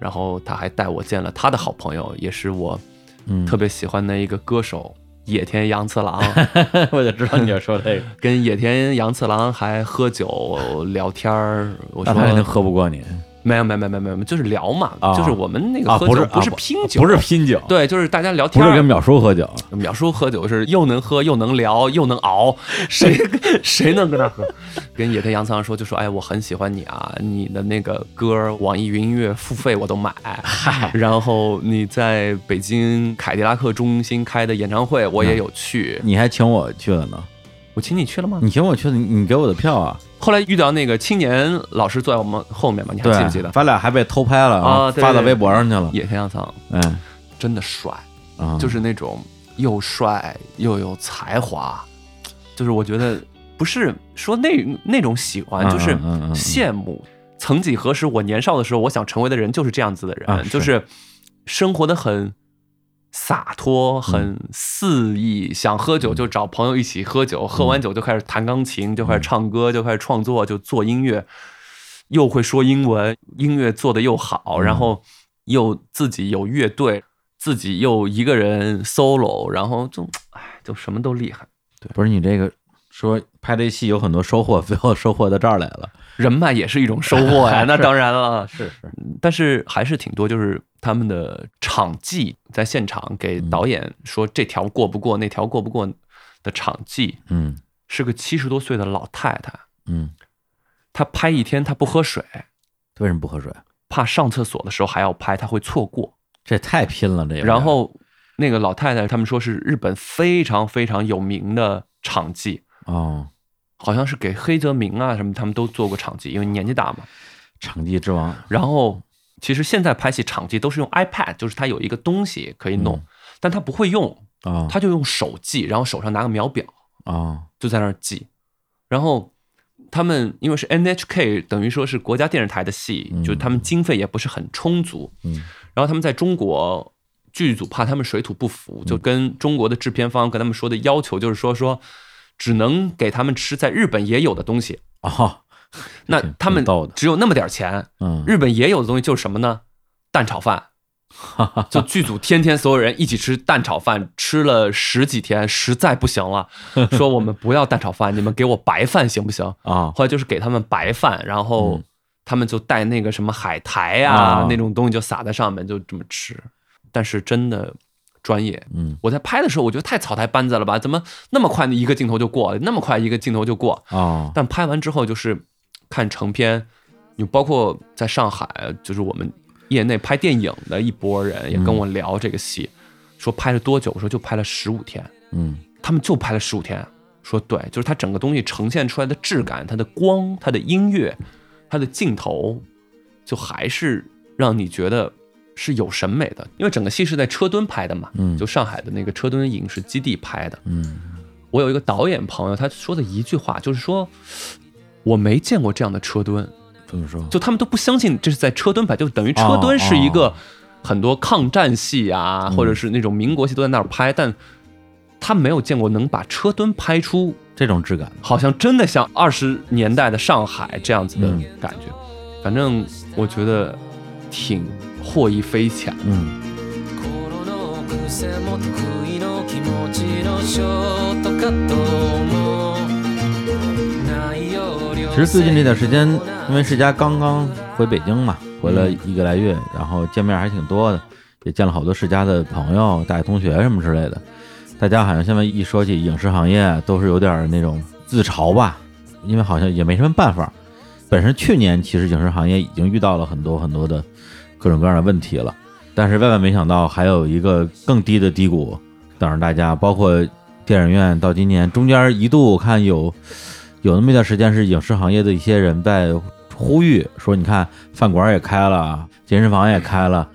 B: 然后他还带我见了他的好朋友，也是我
C: 嗯，
B: 特别喜欢的一个歌手、野田洋次
C: (laughs)
B: 郎。
C: 我就知道你要说这个，
B: 跟野田洋次郎还喝酒聊天儿。我
C: (laughs) 那
B: 说
C: 啊他肯定喝不过你
B: 没有没有没有没有没有，就是聊嘛，
C: 啊
B: 就是我们那个
C: 啊，
B: 喝酒、
C: 不是
B: 不是
C: 啊
B: 拼酒，
C: 不是拼酒，，
B: 对，啊就是大家聊天
C: 不
B: 儿。
C: 是跟淼叔喝酒，
B: 淼叔喝酒是又能喝又能聊又能熬，谁谁能跟他喝？跟野田洋次郎说就说，哎，我很喜欢你啊，你的那个歌儿，网易云音乐付费我都买。然后你在北京凯迪拉克中心开的演唱会我也有去，
C: 你还请我去了呢，
B: 我请你去了吗？
C: 你请我去了，你你给我的票啊，
B: 后来遇到那个青年老师坐在我们后面嘛，你还
C: 对，啊
B: 记不记得？
C: 咱俩还被偷拍了
B: 啊对
C: 发到
B: 对对
C: 微博上去了，
B: 野田洋次郎
C: 哎
B: 真的帅，
C: 啊，
B: 就是那种又帅又有才华，就是我觉得不是说那那种喜欢，
C: 嗯
B: 就是
C: 嗯嗯嗯嗯
B: 羡慕。曾几何时，我年少的时候，我想成为的人就是这样子的人，
C: 啊是
B: 就是生活的很洒脱、很
C: 嗯
B: 肆意，想喝酒就找朋友一起喝酒，喝
C: 嗯
B: 完酒就开始弹钢琴，就开始唱歌，就开始创作，就做音乐，又会说英文，音乐做的又好，然后又自己有乐队，自己又一个人 solo，然后就哎，就什么都厉害，
C: 不是你这个说拍这戏有很多收获，最 (laughs) 后收获到这儿来了，
B: 人脉也是一种收获呀，那当然了，
C: 是是，
B: 但是还是挺多，就是他们的场记在现场给导演说这条过不过，那条过不过的场记，
C: 嗯
B: 是个七十多岁的老太太，
C: 嗯，
B: 她拍一天她不喝水，
C: 为什么不喝水？
B: 怕上厕所的时候还要拍，她会错过。
C: 这也太拼了，这个。
B: 然后那个老太太他们说是日本非常非常有名的场记，
C: 哦，
B: 好像是给黑泽明啊什么他们都做过场记，因为年纪大嘛。
C: 场地之王，
B: 然后其实现在拍戏场记都是用 iPad，就是它有一个东西可以弄，
C: 嗯
B: 但他不会用，
C: 啊
B: 他就用手记，然后手上拿个秒表
C: 啊
B: 就在那儿记。然后他们因为是 NHK，等于说是国家电视台的戏，
C: 嗯
B: 就他们经费也不是很充足，
C: 嗯
B: 然后他们在中国。剧组怕他们水土不服，
C: 嗯
B: 就跟中国的制片方跟他们说的要求就是说，说只能给他们吃在日本也有的东西。
C: 哦，
B: 那
C: 挺
B: 他们
C: 挺逗的
B: 只有那么点儿钱，
C: 嗯，
B: 日本也有的东西就是什么呢？蛋炒
C: (laughs)
B: 饭。就剧组天天所有人一起吃蛋炒饭，吃了十几天，实在不行
C: (laughs)
B: 了，说我们不要蛋炒饭，你们给我白饭行不行？
C: 啊
B: 后来就是给他们白饭，然后
C: 嗯
B: 他们就带那个什么海苔啊
C: 啊
B: 那种东西就撒在上面，就这么吃。但是真的专业，
C: 嗯
B: 我在拍的时候我觉得太草台班子了吧？怎么那么快一个镜头就过，那么快一个镜头就过？
C: 哦，
B: 但拍完之后就是看成片，你包括在上海，就是我们业内拍电影的一波人也跟我聊这个戏，说拍了多久？我说就拍了十五天，
C: 嗯
B: 他们就拍了十五天。说对，就是它整个东西呈现出来的质感，它的光、它的音乐、它的镜头，就还是让你觉得是有审美的。因为整个戏是在车墩拍的嘛，
C: 嗯
B: 就上海的那个车墩影视基地拍的。
C: 嗯
B: 我有一个导演朋友，他说的一句话就是说，我没见过这样的车墩，
C: 这么说哦
B: 就他们都不相信这是在车墩拍，就等于车墩是一个很多抗战戏
C: 嗯
B: 啊，或者是那种民国戏都在那儿拍，但他没有见过能把车墩拍出
C: 这种质感，
B: 好像真的像二十年代的上海这样子的
C: 嗯
B: 感觉。反正我觉得挺获益匪浅。
C: 嗯，
A: 心の奥背も得意の気持ちのショートカットも内容量
C: 其实最近这段时间，因为世家刚刚回北京嘛，回了一个来月，然后见面还挺多的，也见了好多世家的朋友、大学同学什么之类的。大家好像现在一说起影视行业，都是有点那种自嘲吧，因为好像也没什么办法。本身去年其实影视行业已经遇到了很多很多的各种各样的问题了，但是万万没想到还有一个更低的低谷等着大家，包括电影院到今年中间一度我看有有那么一段时间是影视行业的一些人在呼吁说，你看饭馆也开了，健身房也开了，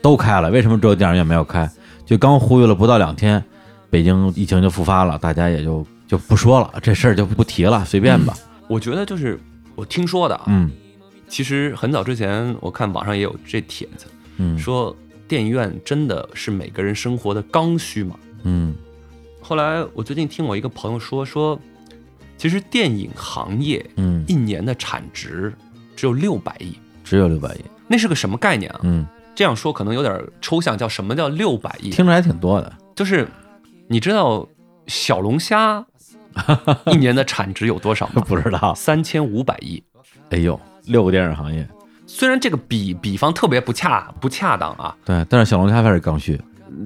C: 都开了，为什么只有电影院没有开？就刚呼吁了不到两天，北京疫情就复发了，大家也就就不说了，这事儿就不提了，随便吧。
B: 我觉得就是我听说的啊，
C: 嗯
B: 其实很早之前我看网上也有这帖子，
C: 嗯
B: 说电影院真的是每个人生活的刚需嘛。
C: 嗯
B: 后来我最近听我一个朋友说，说其实电影行业
C: 嗯，
B: 一年的产值只有六百亿，
C: 只有六百亿。
B: 那是个什么概念啊？
C: 嗯，
B: 这样说可能有点抽象，叫什么叫六百亿？
C: 听着还挺多的。
B: 就是你知道小龙虾一年的产值有多少
C: (laughs)
B: 吗？
C: 不知道，
B: 三千五百亿。
C: 哎呦，六个电影行业，
B: 虽然这个比比方特别不恰不恰当啊，
C: 对，但是小龙虾还是刚需，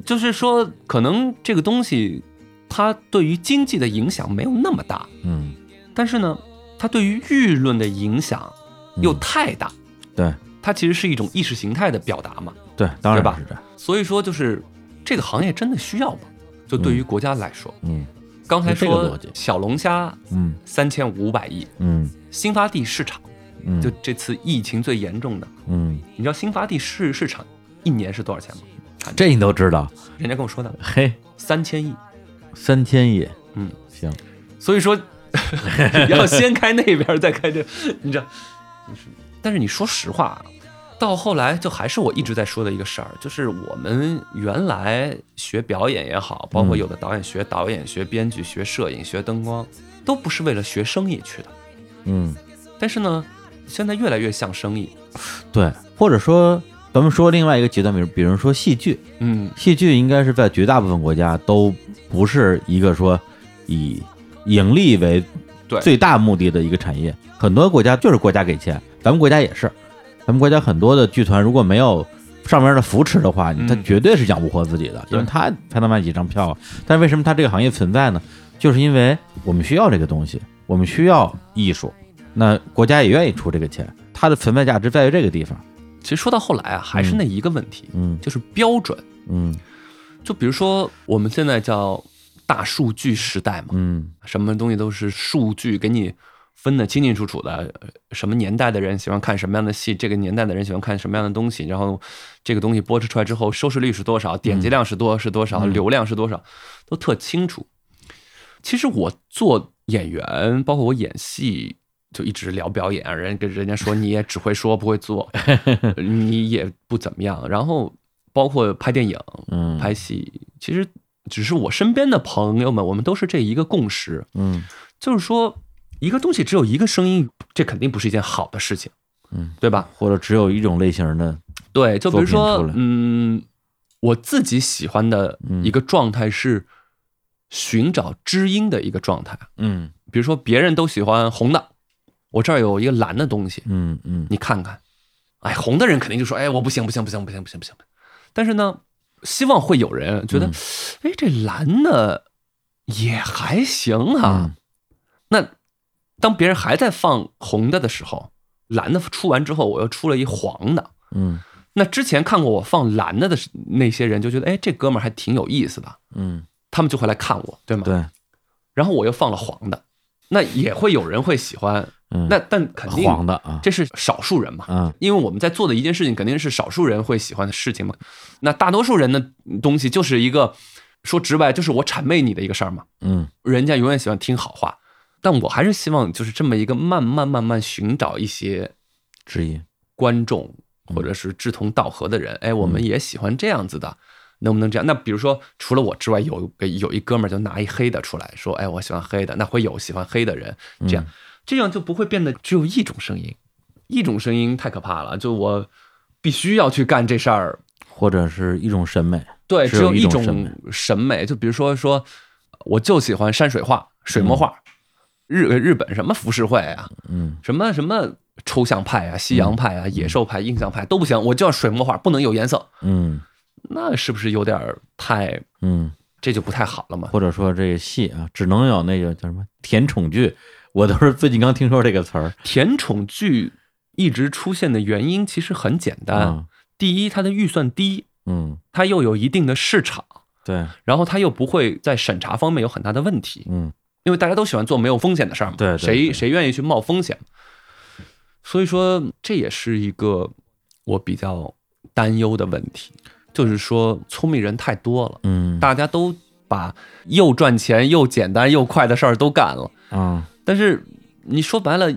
B: 就是说，可能这个东西它对于经济的影响没有那么大，
C: 嗯，
B: 但是呢，它对于舆论的影响又太大。
C: 嗯对
B: 它其实是一种意识形态的表达嘛。
C: 对，当然
B: 对吧
C: 是这样，
B: 所以说，就是这个行业真的需要吗？就对于国家来说，
C: 嗯
B: 刚才
C: 这个
B: 说
C: 逻辑
B: 小龙虾
C: 嗯
B: 三千五百亿，
C: 嗯
B: 新发地市场
C: 嗯，
B: 就这次疫情最严重的，
C: 嗯，
B: 你知道新发地市市场一年是多少钱吗？
C: 这你都知道，
B: 人家跟我说的
C: 嘿，
B: 三千亿。
C: 三千亿，
B: 嗯，
C: 行，
B: 所以说 (laughs) 要先开那边儿再开这， (laughs) 你知道？但是你说实话啊，到后来就还是我一直在说的一个事儿，就是我们原来学表演也好，包括有的导演学导演、学编剧、学摄影、学灯光，都不是为了学生意去的。
C: 嗯，
B: 但是呢，现在越来越像生意。
C: 对，或者说咱们说另外一个极端，比如比如说戏剧，
B: 嗯，
C: 戏剧应该是在绝大部分国家都不是一个说以盈利为
B: 对
C: 最大目的的一个产业，很多国家就是国家给钱，咱们国家也是，咱们国家很多的剧团如果没有上面的扶持的话，
B: 嗯
C: 他绝对是养不活自己的，因为
B: 对
C: 他才能卖几张票啊。但为什么他这个行业存在呢？就是因为我们需要这个东西，我们需要艺术，那国家也愿意出这个钱，它的存在价值在于这个地方。
B: 其实说到后来啊，还是那一个问题，
C: 嗯
B: 就是标准。
C: 嗯
B: 就比如说我们现在叫大数据时代嘛，
C: 嗯
B: 什么东西都是数据给你分得清清楚楚的，呃什么年代的人喜欢看什么样的戏，这个年代的人喜欢看什么样的东西，然后这个东西播出出来之后，收视率是多少，点击量是多是多少，流量是多少，都特清楚。其实我做演员，包括我演戏。就一直聊表演，人跟人家说你也只会说不会做，你也不怎么样。然后包括拍电影，
C: 嗯
B: 拍戏，其实只是我身边的朋友们，我们都是这一个共识，
C: 嗯
B: 就是说一个东西只有一个声音，这肯定不是一件好的事情，
C: 嗯，
B: 对吧？
C: 或者只有一种类型的
B: 对，就比如
C: 作
B: 说
C: 品出来，嗯
B: 嗯，我自己喜欢的一个状态是寻找知音的一个状态，
C: 嗯
B: 比如说别人都喜欢红的，我这儿有一个蓝的东西，
C: 嗯嗯
B: 你看看，哎，红的人肯定就说，哎，我不行，不行，不行，不行，不行，不行。但是呢，希望会有人
C: 嗯
B: 觉得，哎，这蓝的也还行啊。
C: 嗯
B: 那当别人还在放红的的时候，蓝的出完之后，我又出了一黄的。
C: 嗯
B: 那之前看过我放蓝的的那些人就觉得，哎，这哥们儿还挺有意思的，
C: 嗯，
B: 他们就会来看我，对吗？
C: 对，
B: 然后我又放了黄的，那也会有人会喜欢。
C: 嗯
B: 那但肯定
C: 黄的啊，
B: 这是少数人嘛。
C: 啊，
B: 因为我们在做的一件事情，肯定是少数人会喜欢的事情嘛。那大多数人的东西就是一个说直白，就是我谄媚你的一个事儿嘛。
C: 嗯
B: 人家永远喜欢听好话，但我还是希望就是这么一个慢慢慢慢寻找一些
C: 之一，
B: 观众，
C: 嗯
B: 或者是志同道合的人，哎，我们也喜欢这样子的，能不能这样？那比如说，除了我之外，有个有一哥们儿就拿一黑的出来说，哎，我喜欢黑的，那会有喜欢黑的人，
C: 嗯
B: 这样这样就不会变得只有一种声音，一种声音太可怕了，就我必须要去干这事儿，
C: 或者是一种审美，
B: 对，
C: 只
B: 只
C: 有
B: 有
C: 一
B: 一种
C: 种审美
B: 审美。就比如说说，我就喜欢山水画、水墨画，日日本什么浮世绘啊，
C: 嗯，
B: 什么什么抽象派啊、西洋派啊、野兽派、印象派都不行，我就要水墨画，不能有颜色。
C: 嗯
B: 那是不是有点儿太？
C: 嗯，
B: 这就不太好了嘛？
C: 或者说这个戏啊，只能有那个叫什么甜宠剧，我都是最近刚听说这个词儿
B: 甜宠剧一直出现的原因其实很简单，
C: 啊，
B: 第一，它的预算低，
C: 嗯，
B: 它又有一定的市场，
C: 对，
B: 然后它又不会在审查方面有很大的问题。
C: 嗯
B: 因为大家都喜欢做没有风险的事儿嘛，
C: 对对对
B: 谁谁愿意去冒风险？所以说，这也是一个我比较担忧的问题，就是说聪明人太多了，
C: 嗯，
B: 大家都把又赚钱又简单又快的事儿都干了，
C: 啊，
B: 但是你说白了，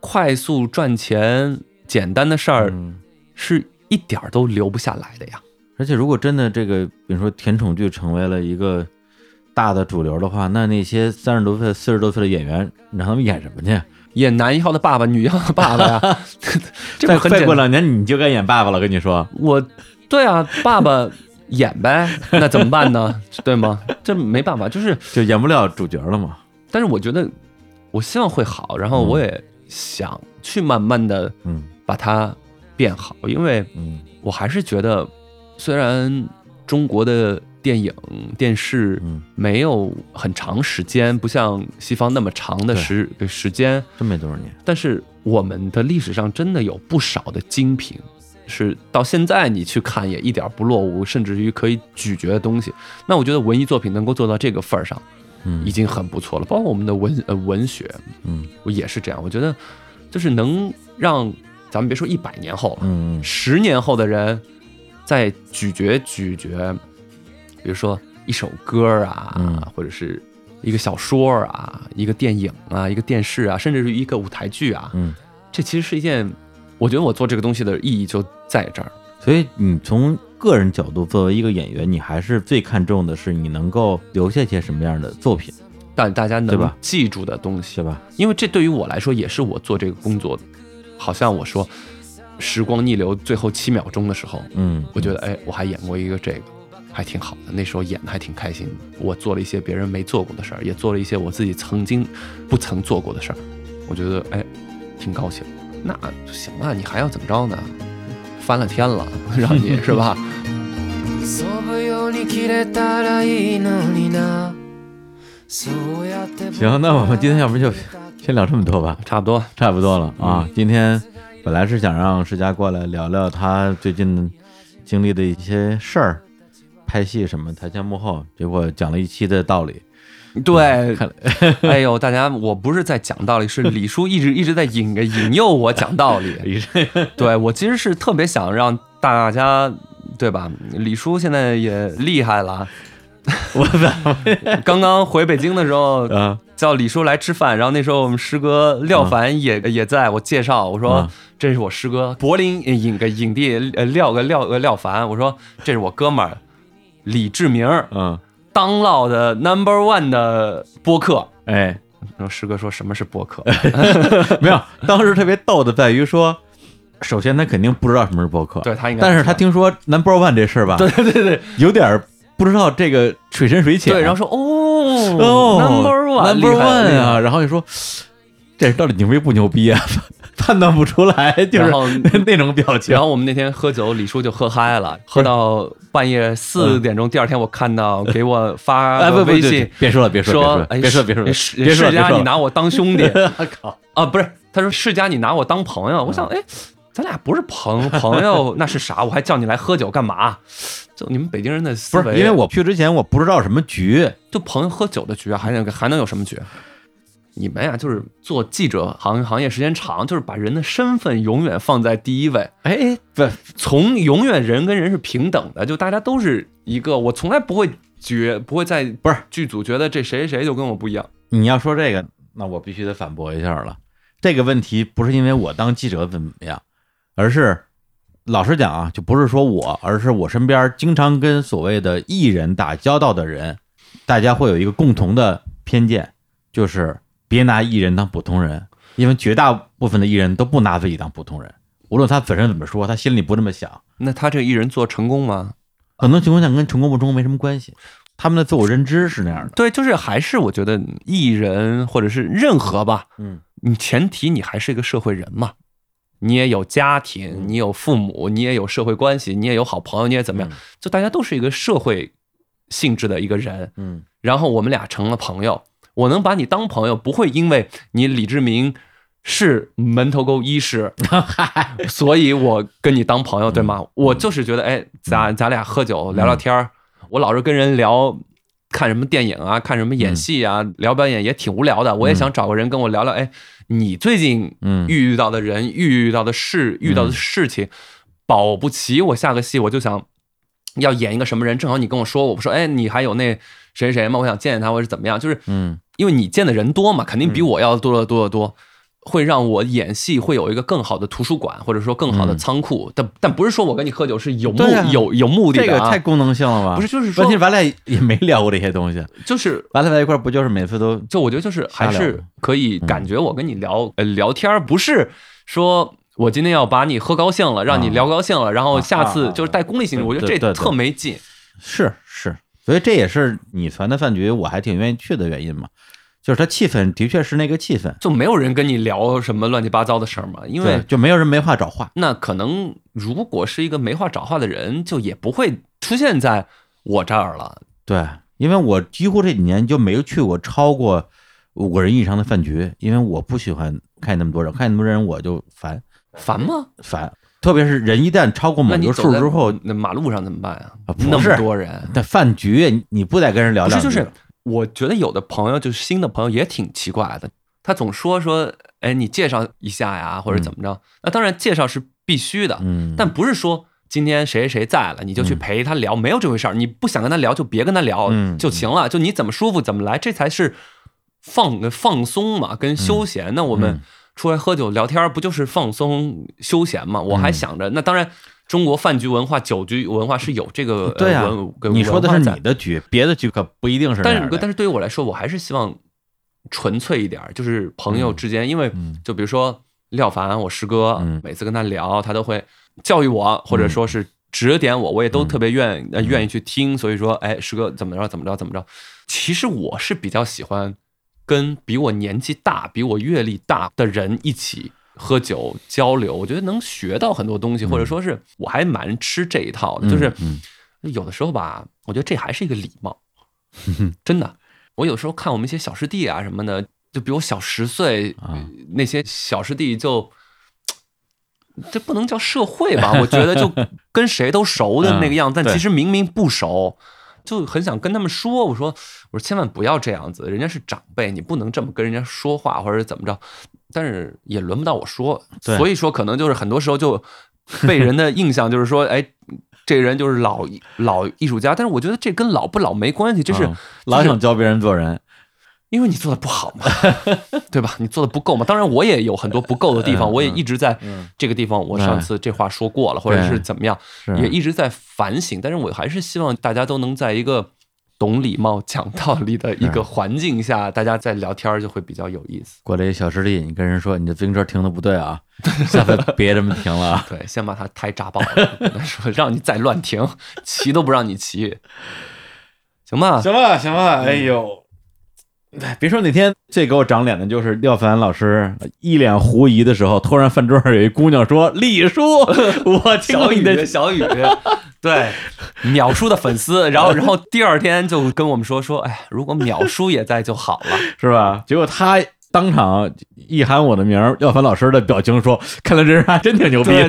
B: 快速赚钱、简单的事儿
C: 嗯
B: 是一点儿都留不下来的呀。
C: 而且如果真的这个，比如说甜宠剧成为了一个大的主流的话，那那些三十多岁、四十多岁的演员，你让他们演什么去？
B: 演男一号的爸爸、女一号的爸爸呀，
C: (laughs)
B: 这
C: 再
B: 不很简
C: 再
B: 单
C: 过两年你就该演爸爸了，跟你说，
B: 我，对啊，爸爸演呗，那怎么办呢？对吗？这没办法，就是，
C: 就演不了主角了嘛。
B: 但是我觉得，我希望会好，然后
C: 嗯
B: 我也想去慢慢的
C: 嗯
B: 把它变好，因为
C: 嗯
B: 我还是觉得，虽然中国的电影、电视
C: 嗯，
B: 没有很长时间，不像西方那么长的
C: 对
B: 时时间，
C: 真没多少年。
B: 但是我们的历史上真的有不少的精品，是到现在你去看也一点不落伍，甚至于可以咀嚼的东西。那我觉得文艺作品能够做到这个份儿上，
C: 嗯
B: 已经很不错了。包括我们的文呃文学，
C: 嗯
B: 我也是这样。我觉得就是能让咱们别说一百年后了，
C: 嗯
B: 十年后的人在咀嚼咀嚼，比如说一首歌儿啊，
C: 嗯
B: 或者是一个小说儿啊，一个电影啊，一个电视啊，甚至是一个舞台剧啊，
C: 嗯，
B: 这其实是一件，我觉得我做这个东西的意义就在这儿。
C: 所以你从个人角度作为一个演员，你还是最看重的是你能够留下些什么样的作品，
B: 但大家
C: 对
B: 能
C: 吧
B: 记住的东西
C: 对，吧？
B: 因为这对于我来说也是我做这个工作，好像我说时光逆流最后七秒钟的时候，
C: 嗯，
B: 我觉得哎，我还演过一个这个，还挺好的。那时候演的还挺开心的。我做了一些别人没做过的事儿，也做了一些我自己曾经不曾做过的事儿。我觉得哎，挺高兴。那行啊，你还要怎么着呢？翻了天了，让你是吧？
A: 遊ぶように切れたらいいのになそうやって僕ら
C: 行，那我们今天要不就嗯先聊这么多吧，
B: 差不多。
C: 差不多了
B: 嗯
C: 啊。今天本来是想让世佳过来聊聊他最近经历的一些事儿，拍戏什么台前幕后，结果讲了一期的
B: (laughs)
C: 道理。
B: 对，
C: 看
B: (laughs) 哎呦，大家，我不是在讲道理，是李叔一直一直在引引诱我讲道
C: 哎
B: 理。对我其实是特别想让大家，对吧？李叔现在也厉害了。
C: (laughs)
B: 啊
C: 我操
B: 刚刚回北京的时候，
C: 啊！
B: 叫李叔来吃饭，然后那时候我们师哥廖凡也、也在，我介绍我说、
C: 嗯
B: 这是我师哥柏林呃影个影帝呃廖个廖个廖凡，我说这是我哥们儿李志明，
C: 嗯，
B: 当烙的 number one 的播客。
C: 哎，
B: 然后师哥说什么是播
C: (laughs)
B: 客？
C: 没有，当时特别逗的在于说，首先他肯定不知道什么是播客，
B: 对他应该不知道，
C: 但是他听说 number one 这事儿吧，对对对，有点儿不知道这个水深水浅，
B: 对，然后说哦
C: 哦
B: number one
C: number
B: 厉害
C: one
B: 厉害
C: 啊，然后就说这人到底牛逼不牛逼啊？ (laughs) 判断不出来，就
B: 然
C: 是
B: 后
C: 那种表
B: (laughs)
C: 情
B: 然。后我们那天喝酒，李叔就喝嗨了，喝到半夜四点钟。第二天我看到给我发
C: 哎，嗯不
B: 个
C: 不，
B: 微
C: 对
B: 信
C: 别说了，别
B: 说
C: 说，了，
B: 哎，
C: 别说了，别说了，别
B: 世
C: 说了，别说了，
B: 世家
C: 别
B: 你
C: 说
B: 拿我当兄弟
C: 了。 (laughs) 靠，嗯
B: 啊，不是，他说世家你拿我当朋友。我想，哎，咱俩不是朋朋友，那是啥？我还叫你来喝酒干嘛？就你们北京人的思
C: 不
B: 维，
C: 是因为我去之前我不知道什么局，
B: 就朋友喝酒的局啊，还能还能有什么局？你们呀，就是做记者行行业时间长，就是把人的身份永远放在第一位。
C: 哎，不，
B: 从永远人跟人是平等的，就大家都是一个，我从来不会觉不会在不是剧组觉得这谁谁谁就跟我不一样。
C: 你要说这个，那我必须得反驳一下了。这个问题不是因为我当记者怎么样，而是老实讲啊，就不是说我，而是我身边经常跟所谓的艺人打交道的人，大家会有一个共同的偏见，就是别拿艺人当普通人，因为绝大部分的艺人都不拿自己当普通人，无论他本身怎么说，他心里不这么想，
B: 那他这个艺人做成功吗？
C: 很多情况下跟成功不成功没什么关系， (laughs) 他们的自我认知是那样的。
B: 对，就是还是我觉得艺人或者是任何吧，
C: 嗯，
B: 你前提你还是一个社会人嘛，你也有家
C: 嗯
B: 庭，你有父母，你也有社会关系，你也有好朋友，你也怎么样，
C: 嗯
B: 就大家都是一个社会性质的一个人。
C: 嗯
B: 然后我们俩成了朋友，我能把你当朋友，不会因为你李志明。是门头沟医
C: (laughs)
B: 师，所以我跟你当朋友，对
C: 嗯
B: 吗？我就是觉得，哎，咱咱俩喝酒聊聊天儿，我老是跟人聊看什么电影啊，看什么
C: 嗯
B: 演戏啊，聊表演也挺无聊的。我也想找个人跟我聊聊，哎，你最近
C: 嗯
B: 遇到的人、遇到的事、遇到的事情，保不齐我下个戏我就想要演一个什么人，正好你跟我说，我不说，哎，你还有那谁谁吗？我想见见他，或者怎么样，就是
C: 嗯
B: 因为你见的人多嘛，肯定比我要多得多得多。会让我演戏会有一个更好的图书馆，或者说更好的仓库，但但不是说我跟你喝酒是有目、
C: 嗯对啊
B: 有有目的
C: 这
B: 的、
C: 个
B: 啊，
C: 太功能性了吧？
B: 不是，就是说
C: 问题，是咱俩也没聊过这些东西，
B: 就是
C: 咱俩在一块儿不就是每次都
B: 就我觉得就是还
C: 瞎聊
B: 是
C: 的嗯
B: 可以感觉我跟你聊、呃聊天儿，不是说我今天要把你喝高兴了，让你聊高兴了，然后下
C: 啊啊啊
B: 次就是带功利性质，
C: 对
B: 我觉得
C: 对
B: 这
C: 对对
B: 特没劲。
C: 是是，所以这也是你传的饭局，我还挺愿意去的原因嘛，就是它气氛的确是那个气氛，
B: 就没有人跟你聊什么乱七八糟的事儿嘛，因
C: 对，
B: 为
C: 就没有人没话找话，
B: 那可能如果是一个没话找话的人，就也不会出现在我这儿了。
C: 对，因为我几乎这几年就没有去过超过五个人以上的饭局，因为我不喜欢看那么多人，看那么多人我就烦
B: 烦吗？
C: 烦，特别是人一旦超过某
B: 那
C: 一
B: 你
C: 个
B: 走
C: 数
B: 在
C: 之后，
B: 那马路上怎么办啊？
C: 啊不
B: 那么
C: 是
B: 多人，
C: 那饭局你你不得跟人聊
B: 不
C: 聊？
B: 是就是，我觉得有的朋友就是新的朋友也挺奇怪的，他总说说，哎，你介绍一下呀，或者怎么着？那当然介绍是必须的，
C: 嗯，
B: 但不是说今天谁谁谁在了，你就去陪他聊，没有这回事儿。你不想跟他聊就别跟他聊
C: 嗯
B: 就行了，就你怎么舒服怎么来，这才是放放松嘛，跟休闲。那我们
C: 嗯
B: 出来喝酒聊天儿，不就是放松休闲
C: 嗯
B: 嘛？我还想着，那当然。中国饭局文化、酒局文化是有这个呃
C: 对呀、
B: 文跟
C: 你说的
B: 文
C: 是
B: 化在
C: 你的局，别的局可不一定是那
B: 但
C: 样
B: 是
C: 的，
B: 但
C: 是
B: 是对于我来说，我还是希望纯粹一点儿，就是朋友之间，因为
C: 嗯
B: 就比如说廖凡，我师哥
C: 嗯，
B: 每次跟他聊，他都会教育我，或者说是指点我，我也都
C: 嗯
B: 特别愿呃愿意去听。所以说，哎，师哥怎么着怎么着怎么着，其实我是比较喜欢跟比我年纪大、比我阅历大的人一起。喝酒交流，我觉得能学到很多东西，或者说是我还蛮吃这一套的，就是
C: 嗯
B: 有的时候吧，我觉得这还是一个礼貌，真的。我有时候看我们一些小师弟啊什么的，就比我小十岁，
C: 啊
B: 那些小师弟就，这不能叫社会吧？我觉得就跟谁都熟的那个样子，
C: 嗯
B: 但
C: 对
B: 其实明明不熟，就很想跟他们说，我说我说千万不要这样子，人家是长辈，你不能这么跟人家说话或者怎么着。但是也轮不到我说，
C: 对
B: 所以说可能就是很多时候就被人的印象就是说，哎，这人就是老老艺术家。但是我觉得这跟老不老没关系，这是
C: 嗯老
B: 就是
C: 想教别人做人，
B: 因为你做的不好嘛， (laughs) 对吧？你做的不够嘛。当然，我也有很多不够的地方，
C: 嗯
B: 我也一直在
C: 嗯
B: 这个地方，我上次这话说过了，或者是怎么样，
C: 是
B: 也一直在反省。但是我还是希望大家都能在一个懂礼貌、 (laughs) 讲道理的一个
C: 嗯
B: 环境下，大家在聊天儿就会比较有意思。
C: 过来一小师弟，你跟人说你的自行车停的不对
B: (laughs)
C: 啊，下次别这么停了啊。
B: 对，先把他胎扎爆了， (laughs) 说让你再乱停， (laughs) 骑都不让你骑， (laughs) 行吧？
C: 行吧，行吧，哎呦，哎别说那天最给我长脸的就是廖凡老师一脸狐疑的时候，突然饭桌上有一姑娘说：“李叔， (laughs) 我
B: 小
C: 听过你
B: 雨，
C: 的。
B: 小雨，对，淼叔的粉丝，然后然后第二天就跟我们说说，哎，如果淼叔也在就好了。”
C: (laughs) 是吧？结果他当场一喊我的名儿，廖凡老师的表情说：“看来这人还真挺牛逼
B: 对对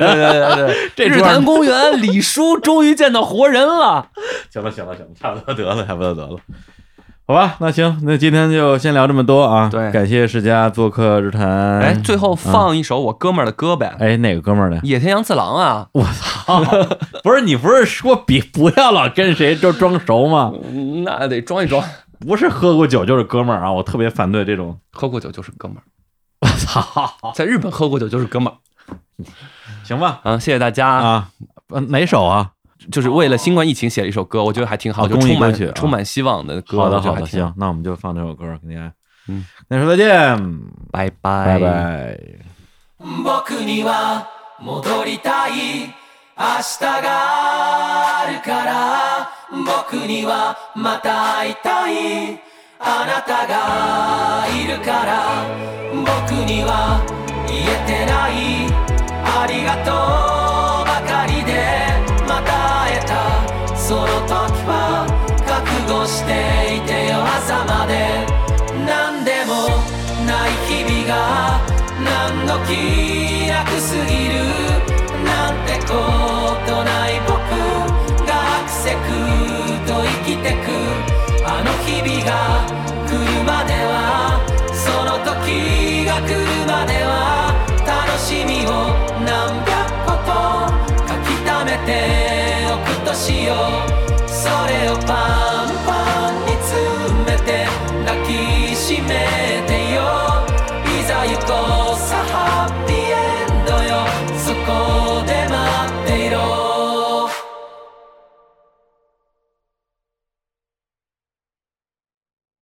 B: 对
C: 的。
B: 对对，
C: 这
B: 日
C: 桌儿
B: 坛公园李叔终于见到活人了。
C: (laughs) 行了，行了，行了，差不多得了，差不多得了。好吧，那行，那今天就先聊这么多啊。
B: 对
C: 感谢世家做客日坛。
B: 哎，最
C: 嗯
B: 后放一首我哥们儿的歌呗，
C: 哎哪个哥们儿呢？
B: 野田洋次郎啊，
C: 我操！不是你不是说比不要老跟谁就装熟吗？
B: 那得装一装，
C: 不是喝过酒就是哥们儿啊！我特别反对这种。
B: 喝过酒就是哥们儿，
C: (laughs) 我操！
B: 在日本喝过酒就是哥们儿。
C: 行吧
B: 啊，谢谢大家。
C: 啊，呃哪首啊？
B: 就是为了新冠疫情写了一首歌，我觉得还挺好，
C: 哦
B: 就
C: 公益
B: 充满
C: 歌曲啊
B: 充满希望的歌。
C: 好的
B: 我觉得
C: 好
B: 还
C: 的，
B: 挺好，
C: 行，那我们就放这首歌给大家。
B: 嗯，
C: 那说再见，
B: 拜拜
C: 拜拜。
D: 僕には戻りたい明日があるから僕にはまた会いたいあなたがいるから僕には言えてないありがとうばかりでまた会えたその時は覚悟していてよ朝まで何でもない日々が何の気なくすぎるなんてことない僕がアクセクと生きてくあの日々が来るまではその時が来るまでは楽しみを何百個と書き溜めておくとしよう